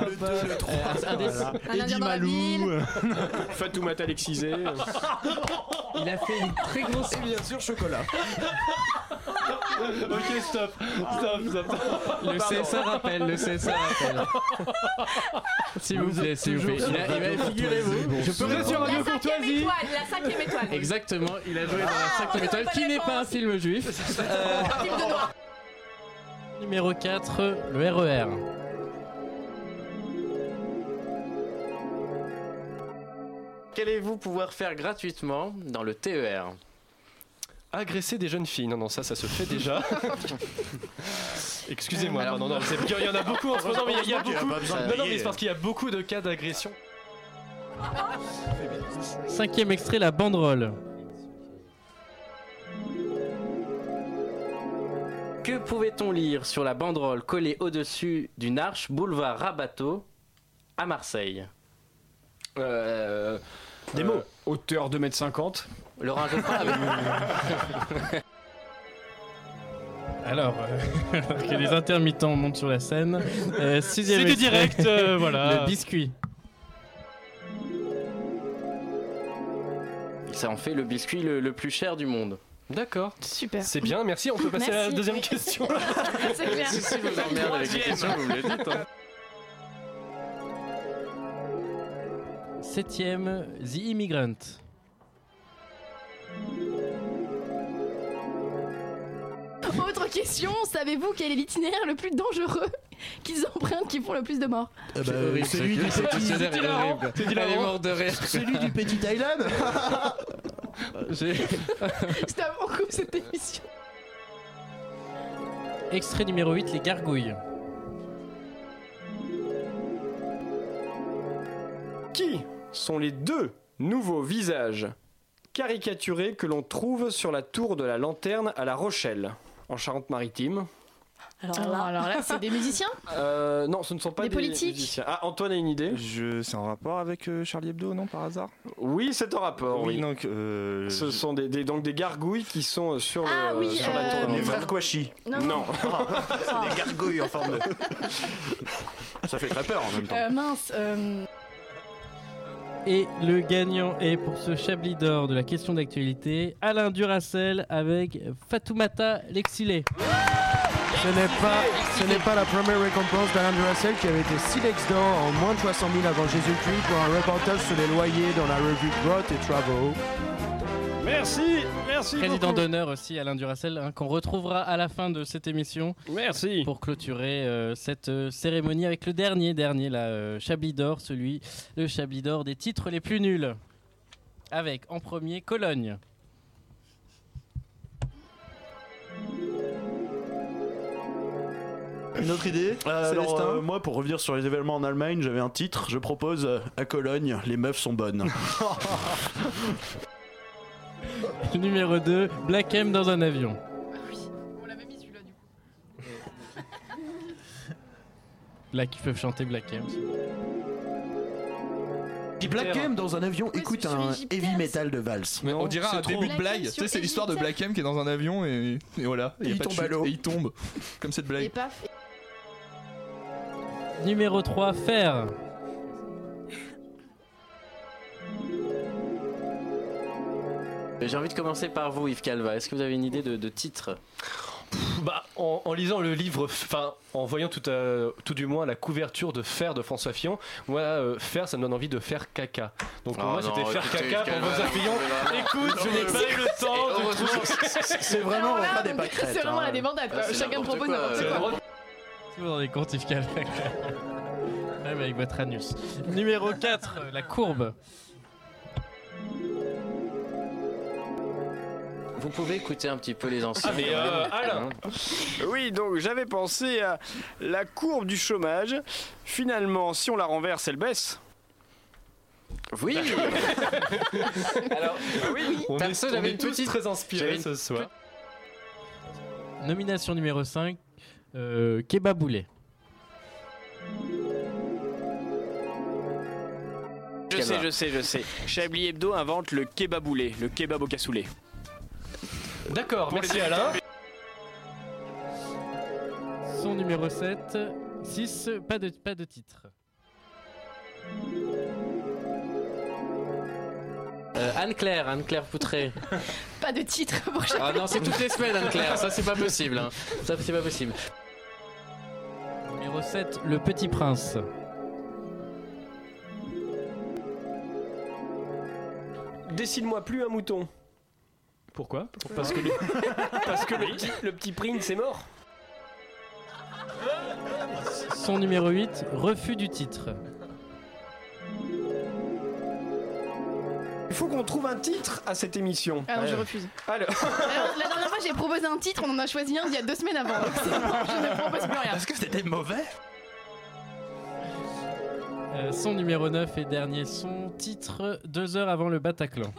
Speaker 11: un des-
Speaker 35: euh,
Speaker 12: Un Indien dans la ville.
Speaker 34: Fatoumata Alexisé.
Speaker 11: Il a fait une très grosse.
Speaker 6: bien sûr, chocolat.
Speaker 16: ok, stop. Stop, stop.
Speaker 11: Le CSA rappelle, le CSA rappelle. S'il vous plaît, s'il vous plaît. Il a- il a- Figurez-vous, je peux
Speaker 16: sur Radio Courtoisie.
Speaker 36: la cinquième étoile.
Speaker 11: Exactement, il a joué dans la cinquième étoile, qui n'est Ah, pas un film juif. Euh, Numéro 4, le E RER. Qu'allez-vous pouvoir faire gratuitement dans le E TER
Speaker 35: Agresser des jeunes filles. Non, non, ça, ça se fait déjà. Excusez-moi,
Speaker 14: Ah
Speaker 35: non, non, non, c'est bien, il y en a beaucoup en ce moment, mais il y a
Speaker 16: Heureusement qu'il y a
Speaker 35: beaucoup.
Speaker 16: pas besoin de
Speaker 35: Non, non, mais
Speaker 16: payer.
Speaker 35: c'est parce qu'il y a beaucoup de cas d'agression.
Speaker 11: Cinquième extrait, la banderole. Que pouvait-on lire sur la banderole collée au-dessus d'une arche boulevard Rabateau à Marseille
Speaker 34: Euh,
Speaker 11: Des
Speaker 34: euh,
Speaker 11: mots.
Speaker 34: Hauteur 2m50.
Speaker 11: Laurent Geoffroy Alors, euh, alors que les intermittents montent sur la scène, euh, sixième
Speaker 16: C'est du
Speaker 11: extrait,
Speaker 16: direct, euh, voilà.
Speaker 11: Le biscuit. Ça en fait le biscuit le, le plus cher du monde. D'accord.
Speaker 7: Super.
Speaker 35: C'est bien, merci, on peut passer à la
Speaker 11: Merci.
Speaker 35: deuxième question.
Speaker 7: C'est clair.
Speaker 11: Si, si, vous emmerdez avec les questions, vous me le dites. hein. Septième, The Immigrant.
Speaker 2: Eh
Speaker 7: Oh Autre question, savez-vous quel est l'itinéraire le plus dangereux qu'ils empruntent qui font le plus de morts
Speaker 2: Ah bah, celui du petit-
Speaker 13: C'est hilarant.
Speaker 2: C'est hilarant.
Speaker 13: Elle est morte de rire.
Speaker 2: Celui du petit Thailand
Speaker 7: C'était avant qu'on coupe cette émission.
Speaker 11: Extrait numéro 8, les gargouilles.
Speaker 12: Qui sont les deux nouveaux visages caricaturés que l'on trouve sur la tour de la lanterne à La Rochelle, en Charente-Maritime
Speaker 7: Alors là, c'est des musiciens
Speaker 12: Euh, non, ce ne sont pas
Speaker 7: Des
Speaker 12: des,
Speaker 7: politiques
Speaker 12: musiciens. Ah, Antoine a une idée
Speaker 5: Je... C'est en rapport avec euh, Charlie Hebdo, non, par hasard
Speaker 12: Oui, c'est en rapport. Oui,
Speaker 5: donc. euh,
Speaker 12: Ce sont des, des- donc des gargouilles qui sont euh, sur,
Speaker 7: Ah
Speaker 12: le,
Speaker 7: oui,
Speaker 12: sur la
Speaker 7: euh,
Speaker 12: tour.
Speaker 7: Les frères
Speaker 12: Kouachi
Speaker 7: Non.
Speaker 12: Non.
Speaker 2: Des gargouilles en forme
Speaker 5: je- Ça fait très peur en même temps.
Speaker 7: Euh, Mince. euh,
Speaker 11: Et le gagnant est pour ce Chablis d'or de la question d'actualité, Alain Duracel avec Fatoumata Lexilé.
Speaker 10: Ce n'est pas, ce n'est pas la première récompense d'Alain Duracell qui avait été 6 lex d'or en moins de 300 000 avant Jésus-Christ pour un reportage sur les loyers dans la revue Growth et Travel.
Speaker 12: Merci, merci.
Speaker 11: Président
Speaker 12: beaucoup.
Speaker 11: d'honneur aussi, Alain Duracel, hein, qu'on retrouvera à la fin de cette émission.
Speaker 12: Merci.
Speaker 11: Pour clôturer euh, cette euh, cérémonie avec le dernier, dernier, là, euh, Chablis d'or, celui, le Chablis d'or des titres les plus nuls. Avec en premier Cologne.
Speaker 2: Une autre idée Alors,
Speaker 10: Célestin
Speaker 2: euh, moi, pour revenir sur les événements en Allemagne, j'avais un titre. Je propose euh, à Cologne, les meufs sont bonnes.
Speaker 11: Numéro 2, Black M dans un avion. Là, qui peuvent chanter Black M.
Speaker 2: Black M dans un avion écoute un heavy metal de valse.
Speaker 15: Mais on dirait un début de blague. Tu sais, c'est l'histoire de Black M qui est dans un avion et, et voilà.
Speaker 2: Et
Speaker 15: y a
Speaker 2: il
Speaker 15: pas de
Speaker 2: tombe à
Speaker 15: chute.
Speaker 2: l'eau.
Speaker 15: Et il tombe. Comme cette blague.
Speaker 11: Numéro 3, Fer.
Speaker 13: J'ai envie de commencer par vous, Yves Calva. Est-ce que vous avez une idée de, de titre
Speaker 14: Bah, en, en lisant le livre, enfin, en voyant tout, euh, tout du moins la couverture de Fer de François Fillon, moi, euh, Fer, ça me donne envie de faire caca. Donc pour
Speaker 13: Oh
Speaker 14: moi,
Speaker 13: non,
Speaker 14: c'était faire
Speaker 13: écoutez,
Speaker 14: caca pour
Speaker 13: calme,
Speaker 14: François
Speaker 13: non,
Speaker 14: Fillon.
Speaker 13: mais là-
Speaker 14: Écoute, je
Speaker 13: Non,
Speaker 14: n'ai
Speaker 13: mais
Speaker 14: pas eu le temps de
Speaker 13: heureusement,
Speaker 14: trouver-
Speaker 2: C'est vraiment
Speaker 7: Alors là,
Speaker 2: pas des
Speaker 7: donc,
Speaker 2: pâquerettes.
Speaker 7: C'est vraiment
Speaker 2: hein.
Speaker 7: la débandade. quoi.
Speaker 2: Ah, c'est
Speaker 7: Chacun
Speaker 2: n'importe
Speaker 7: propose
Speaker 2: quoi.
Speaker 7: n'importe
Speaker 2: C'est
Speaker 7: quoi.
Speaker 2: drôle.
Speaker 11: Vous vous rendez compte, Yves Calva Même avec votre anus. Numéro 4, la courbe.
Speaker 13: Vous pouvez écouter un petit peu les anciens.
Speaker 12: Ah, mais, euh, Alain. Oui, donc j'avais pensé à la courbe du chômage. Finalement, si on la renverse, elle baisse.
Speaker 13: Oui Alors,
Speaker 12: oui,
Speaker 14: On est-
Speaker 13: Personne
Speaker 14: on
Speaker 13: avait
Speaker 14: est
Speaker 13: une
Speaker 14: tous
Speaker 13: petite-
Speaker 14: très
Speaker 13: j'avais
Speaker 14: inspirés
Speaker 13: une
Speaker 14: ce soir.
Speaker 11: Nomination numéro 5, euh, Kebaboulé.
Speaker 12: Je sais, je sais, je sais. Chablis Hebdo invente le kebaboulé, le kebab au cassoulet.
Speaker 14: D'accord,
Speaker 12: Pour les
Speaker 14: merci Alain.
Speaker 11: Son numéro 7, 6, pas de, pas de titre.
Speaker 13: Euh, Anne-Claire, Anne-Claire Poutré.
Speaker 7: Pas de titre pour chacun.
Speaker 13: Ah non, c'est toutes les semaines, Anne-Claire. Ça, c'est pas possible. hein. Ça, c'est pas possible.
Speaker 11: Numéro 7, Le Petit Prince.
Speaker 12: Dessine-moi plus un mouton.
Speaker 14: Pourquoi Pour-
Speaker 12: Parce que le, parce que le petit, le petit prince est mort.
Speaker 11: Son numéro 8, Refus du titre.
Speaker 12: Il faut qu'on trouve un titre à cette émission.
Speaker 7: Ah non, je refuse.
Speaker 12: Alors,
Speaker 7: Alors, Euh, la dernière fois, j'ai proposé un titre, on en a choisi un il y a deux semaines avant. Donc, c'est bon, je ne propose plus rien.
Speaker 2: Est-ce Ah, que c'était mauvais
Speaker 11: Euh, son numéro 9 et dernier, son titre, deux heures avant le Bataclan.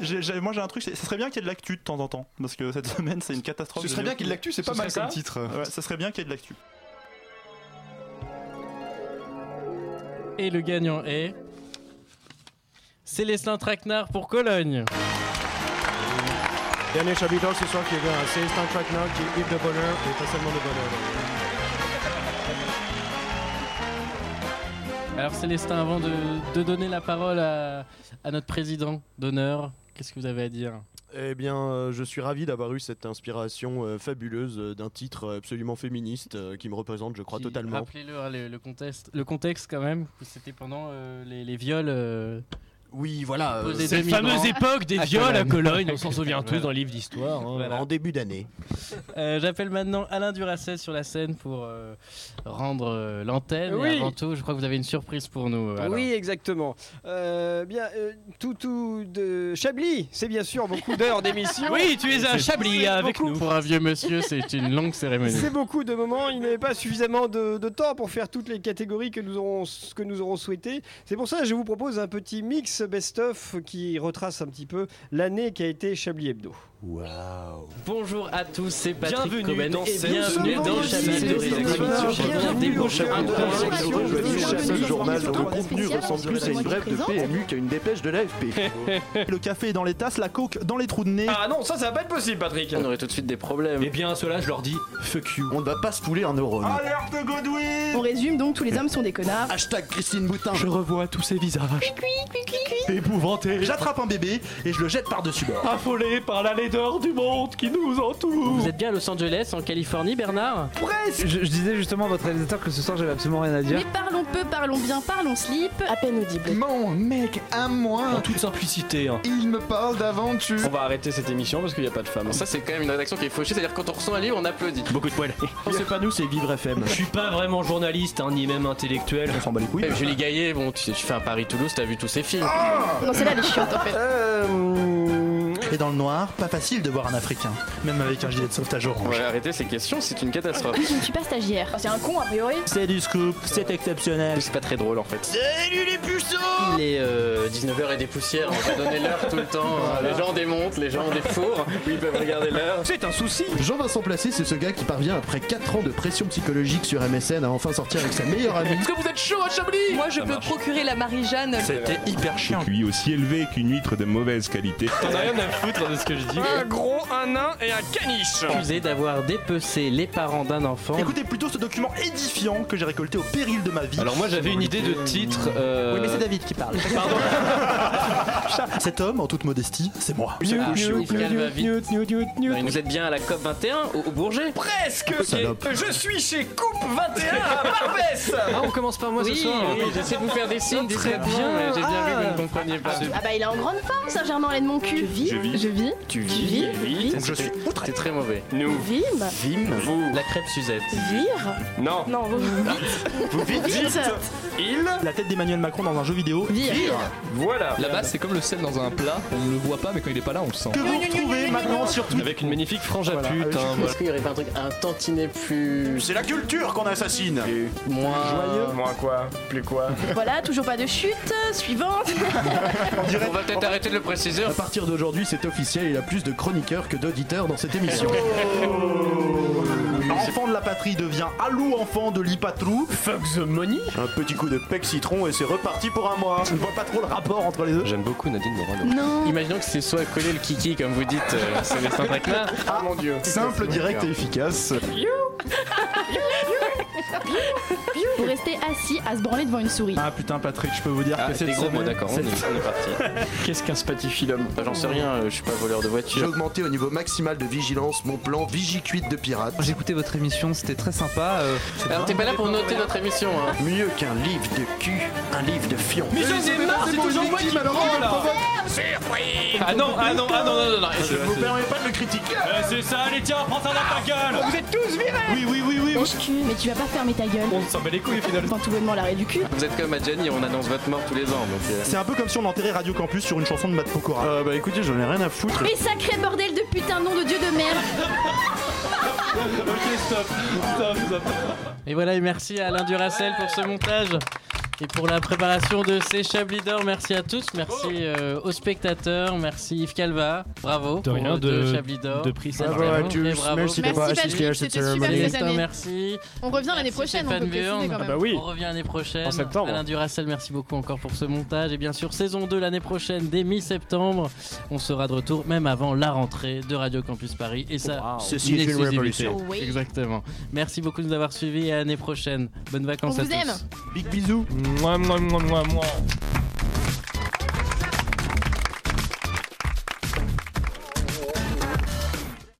Speaker 8: J'ai- j'ai- moi j'ai un truc, c'est- ça serait bien qu'il y ait de l'actu de temps en temps, parce que cette semaine c'est une catastrophe.
Speaker 2: Ce serait bien qu'il y ait de l'actu, c'est
Speaker 8: Ce
Speaker 2: pas mal
Speaker 8: serait
Speaker 2: comme
Speaker 8: ça
Speaker 2: titre.
Speaker 8: Ouais, ça serait bien qu'il y ait de l'actu.
Speaker 11: Et le gagnant est. Célestin Traquenard pour Cologne.
Speaker 10: Dernier chapitre ce soir qui est un Célestin Traquenard qui est Yves de Bonheur et pas seulement de Bonheur.
Speaker 11: Alors Célestin, avant de, de donner la parole à, à notre président d'honneur, qu'est-ce que vous avez à dire
Speaker 2: Eh bien, euh, je suis ravi d'avoir eu cette inspiration euh, fabuleuse euh, d'un titre absolument féministe euh, qui me représente, je crois, totalement.
Speaker 11: Rappelez-le hein, le, le contexte, le contexte quand même. C'était pendant euh, les, les viols euh,
Speaker 10: Oui, voilà. euh,
Speaker 37: C'est la fameuse époque des viols à Cologne, on s'en souvient tous dans le livre d'histoire. hein.
Speaker 10: En début d'année.
Speaker 11: Euh, J'appelle maintenant Alain Duracet sur la scène pour euh, rendre euh, l'antenne. Et
Speaker 12: Oui.
Speaker 11: Avant tout, je crois que vous avez une surprise pour nous. euh, Alain.
Speaker 12: Oui, exactement. Euh, bien, euh, tout, tout de Chablis, c'est bien sûr beaucoup d'heures d'émission.
Speaker 11: Oui, tu es un
Speaker 12: C'est-
Speaker 11: Chablis
Speaker 12: Oui,
Speaker 11: avec
Speaker 12: beaucoup.
Speaker 11: nous. Pour un vieux monsieur, c'est une longue cérémonie.
Speaker 12: C'est beaucoup de moments, il n'avait pas suffisamment de, de temps pour faire toutes les catégories que nous aurons, que nous aurons souhaitées. C'est pour ça que je vous propose un petit mix best-of qui retrace un petit peu l'année qui a été Chablis Hebdo.
Speaker 10: Waouh
Speaker 11: Bonjour à tous, c'est Patrick
Speaker 12: Bienvenue
Speaker 11: Coben
Speaker 12: dans
Speaker 11: et
Speaker 12: cette-
Speaker 11: bienvenue
Speaker 12: Nous
Speaker 11: dans
Speaker 12: sommes
Speaker 11: Chablis
Speaker 12: vendredi,
Speaker 11: de
Speaker 12: c'est
Speaker 11: Rédaction.
Speaker 12: dimanche.
Speaker 11: J'ai bien
Speaker 12: Bienvenue
Speaker 11: débauché
Speaker 12: au
Speaker 11: un
Speaker 12: Chablis.
Speaker 11: projet qui
Speaker 12: Bienvenue
Speaker 11: rejoint
Speaker 2: Joignez
Speaker 11: Chablis.
Speaker 2: Chablis, journal dont le
Speaker 11: Chablis.
Speaker 2: contenu ressemble plus à une brève de PMU qu'à une dépêche de l'AFP.
Speaker 6: Le café est dans les tasses, la coke dans les trous de nez.
Speaker 12: Ah non, ça, ça va pas être possible, Patrick.
Speaker 38: On aurait tout de suite des problèmes.
Speaker 12: Eh bien, cela, je leur dis fuck you.
Speaker 2: On ne va pas se pouler un neurone.
Speaker 12: Ah,
Speaker 7: Alerte Godwin On résume donc tous les hommes sont des connards.
Speaker 2: Hashtag Christine Boutin.
Speaker 6: Je revois tous ces visages. Épouvanté, j'attrape un bébé et je le jette par-dessus bord.
Speaker 11: Affolé par la laideur du monde qui nous entoure. Vous êtes bien à Los Angeles, en Californie, Bernard
Speaker 39: Je, je disais justement à votre réalisateur que ce soir j'avais absolument rien à dire.
Speaker 7: Mais parlons peu, parlons bien, parlons slip. À peine audible.
Speaker 39: Mon mec, à moi
Speaker 12: En toute simplicité. hein.
Speaker 39: Il me parle d'aventure
Speaker 12: On va arrêter cette émission parce qu'il n'y a pas de femmes.
Speaker 38: Ça, c'est quand même une rédaction qui est fauchée, c'est-à-dire quand on reçoit un livre, on applaudit.
Speaker 12: Beaucoup de poils.
Speaker 38: C'est pas nous, c'est Vivre FM.
Speaker 16: Je suis pas vraiment journaliste, hein, ni même intellectuel. On s'en bat les couilles.
Speaker 38: Julie Gaillet, bon, tu, sais, tu fais un Paris-Toulouse, t'as vu tous ses films.
Speaker 6: Ah
Speaker 7: Non, celle-là, elle est chiante en fait.
Speaker 6: Euh, Et dans le noir, pas facile de voir un Africain, même avec un gilet de sauvetage
Speaker 38: On
Speaker 6: orange.
Speaker 38: va arrêter ces questions, c'est une catastrophe.
Speaker 7: Oui, je ne suis pas stagiaire. Ah, C'est un con a priori.
Speaker 38: C'est du scoop, c'est exceptionnel. C'est pas très drôle en fait.
Speaker 7: Salut les puceaux
Speaker 38: Il est 19h et des poussières, on va donner l'heure tout le temps. euh, Les gens démontent, les gens ont des fours, ils peuvent regarder l'heure.
Speaker 12: C'est un souci
Speaker 2: Jean-Vincent Placé, c'est ce gars qui parvient après 4 ans de pression psychologique sur MSN à enfin sortir avec sa meilleure amie.
Speaker 24: que vous êtes chaud à Chablis Moi, je peux procurer la Marie-Jeanne.
Speaker 1: hyper chiant. Cuit aussi élevé qu'une huître de mauvaise qualité.
Speaker 11: T'en as rien à foutre de ce que je dis.
Speaker 12: Un gros, un nain et un caniche
Speaker 11: Accusé d'avoir dépecé les parents d'un enfant.
Speaker 6: Écoutez plutôt ce document édifiant que j'ai récolté au péril de ma vie.
Speaker 16: Alors moi j'avais une idée de titre. euh,
Speaker 6: Oui, mais c'est David qui parle. Cet homme, en toute modestie, c'est moi.
Speaker 38: Newt, Newt, Newt, Non, Vous êtes bien à la COP 21 au, au Bourget
Speaker 12: Presque
Speaker 38: Salope.
Speaker 12: Je suis chez Coupe 21 à Barbès
Speaker 38: Ah, on commence par moi ce
Speaker 12: Oui,
Speaker 38: soir.
Speaker 12: oui,
Speaker 38: j'essaie de vous faire des signes
Speaker 12: discrètement,
Speaker 38: mais j'ai bien vu que vous ne
Speaker 12: Ah.
Speaker 38: compreniez pas.
Speaker 7: Ah bah il est en grande forme Saint-Germain-les-de mon cul. Je vis, je vis, je vis,
Speaker 38: Tu vis, tu vis, je suis outre. C'est très mauvais. Nous.
Speaker 7: Vim.
Speaker 38: Vim. Vous. La crêpe Suzette.
Speaker 7: vire.
Speaker 38: Non.
Speaker 7: Non, vous
Speaker 6: Vous vite,
Speaker 7: Vite.
Speaker 6: Il La tête d'Emmanuel Macron dans un jeu vidéo.
Speaker 40: Voilà. Là-bas, c'est comme le sel dans un plat. On ne le voit pas, mais quand il est pas là, on le sent.
Speaker 6: Que vous retrouvez maintenant sur Twitter.
Speaker 16: Avec une magnifique frange à
Speaker 40: Voilà,
Speaker 38: Ah
Speaker 16: pute.
Speaker 40: je
Speaker 16: hein,
Speaker 40: suis
Speaker 16: voilà.
Speaker 38: Est-ce qu'il y aurait pas un truc un tantinet plus.
Speaker 6: C'est la culture qu'on assassine.
Speaker 38: Moins. Joyeux.
Speaker 12: Moins quoi Plus quoi
Speaker 7: Voilà, toujours pas de chute. Suivante.
Speaker 38: On va peut-être arrêter de le préciser.
Speaker 2: À partir d'aujourd'hui, c'est officiel, il a plus de chroniqueurs que d'auditeurs dans cette émission.
Speaker 38: Oh.
Speaker 6: Enfant de la patrie devient alou enfant de l'ipatrou. Fuck the money. Un petit coup de pec citron et c'est reparti pour un mois. Je ne vois pas trop le rapport entre les deux.
Speaker 16: J'aime beaucoup Nadine Morano.
Speaker 7: Non.
Speaker 38: Imaginons que c'est soit coller le kiki, comme vous dites, euh, c'est les là. Ah mon dieu.
Speaker 41: Simple, direct et efficace.
Speaker 7: Vous restez assis à se branler devant une souris.
Speaker 6: Ah putain Patrick, je peux vous dire
Speaker 38: Ah,
Speaker 6: que
Speaker 38: t'es
Speaker 6: cette
Speaker 38: gros, bon,
Speaker 6: semaine,
Speaker 38: d'accord, on, est-
Speaker 6: cette-
Speaker 38: on est parti.
Speaker 12: Qu'est-ce qu'un spatifilum
Speaker 38: J'en sais rien, euh, je suis pas voleur de
Speaker 2: J'ai
Speaker 38: voiture.
Speaker 2: augmenté au niveau maximal de vigilance mon plan Vigicuite de pirate.
Speaker 39: J'ai écouté votre émission, c'était très sympa. euh,
Speaker 38: Alors t'es pas là pour noter notre émission, hein.
Speaker 2: Mieux qu'un livre de cul, un livre de fion.
Speaker 12: Mais j'en ai marre, c'est toujours moi qui prends là
Speaker 16: Ah non, ah non, ah non, non, non, non. Je vous permets
Speaker 6: pas de le critiquer.
Speaker 40: Euh,
Speaker 16: c'est ça, allez tiens, prends ça
Speaker 38: ah,
Speaker 16: dans ta gueule
Speaker 12: Vous êtes tous virés
Speaker 6: Oui, oui, oui, oui.
Speaker 7: Lâche-cul, mais tu vas pas fermer ta gueule.
Speaker 16: On s'en bat les couilles finalement.
Speaker 7: Quand tout bonnement l'arrêt du cul.
Speaker 38: Vous êtes comme à Jenny, on annonce votre mort tous les ans. Donc, euh,
Speaker 6: C'est un peu comme si on enterrait Radio Campus sur une chanson de Matt Pokora. Euh, bah écoutez, j'en ai rien à foutre.
Speaker 7: Mais sacré bordel de putain, nom de dieu de merde.
Speaker 16: Ok, stop, stop, stop.
Speaker 11: Et voilà, et merci à Alain Duracel pour ce montage et pour la préparation de ces Chablis d'or. Merci à tous, merci euh, aux spectateurs, merci Yves Calva, bravo.
Speaker 37: De rien,
Speaker 11: pour vos
Speaker 37: de-
Speaker 11: deux Chablis d'or.
Speaker 37: de prix,
Speaker 11: Bravo
Speaker 37: Saint-Germain.
Speaker 11: à
Speaker 37: Bravo à tous,
Speaker 11: tous,
Speaker 37: merci d'avoir Merci, assisté à Patrick, cette c'était super cérémonie. cette
Speaker 11: Célestin,
Speaker 37: année.
Speaker 11: Merci.
Speaker 7: On revient l'année
Speaker 11: Merci
Speaker 7: prochaine, on peut
Speaker 11: Stéphane
Speaker 7: préciser
Speaker 11: Bern. Ah
Speaker 7: quand même.
Speaker 12: bah oui.
Speaker 11: On revient l'année prochaine.
Speaker 12: En septembre.
Speaker 11: Alain Duracel, merci beaucoup encore pour ce montage. Et bien sûr, saison 2 l'année prochaine, dès mi-septembre. On sera de retour même avant la rentrée de Radio Campus Paris. Et ça,
Speaker 10: Wow. Ceci est une
Speaker 11: exclusivité.
Speaker 7: Oh
Speaker 10: révolution. Oui.
Speaker 11: Exactement. Merci beaucoup de nous avoir suivis et à l'année prochaine. Bonnes vacances
Speaker 7: On
Speaker 11: à
Speaker 7: vous
Speaker 11: tous.
Speaker 7: aime.
Speaker 6: Big bisous.
Speaker 37: Mouah, mouah, mouah, mouah, mouah.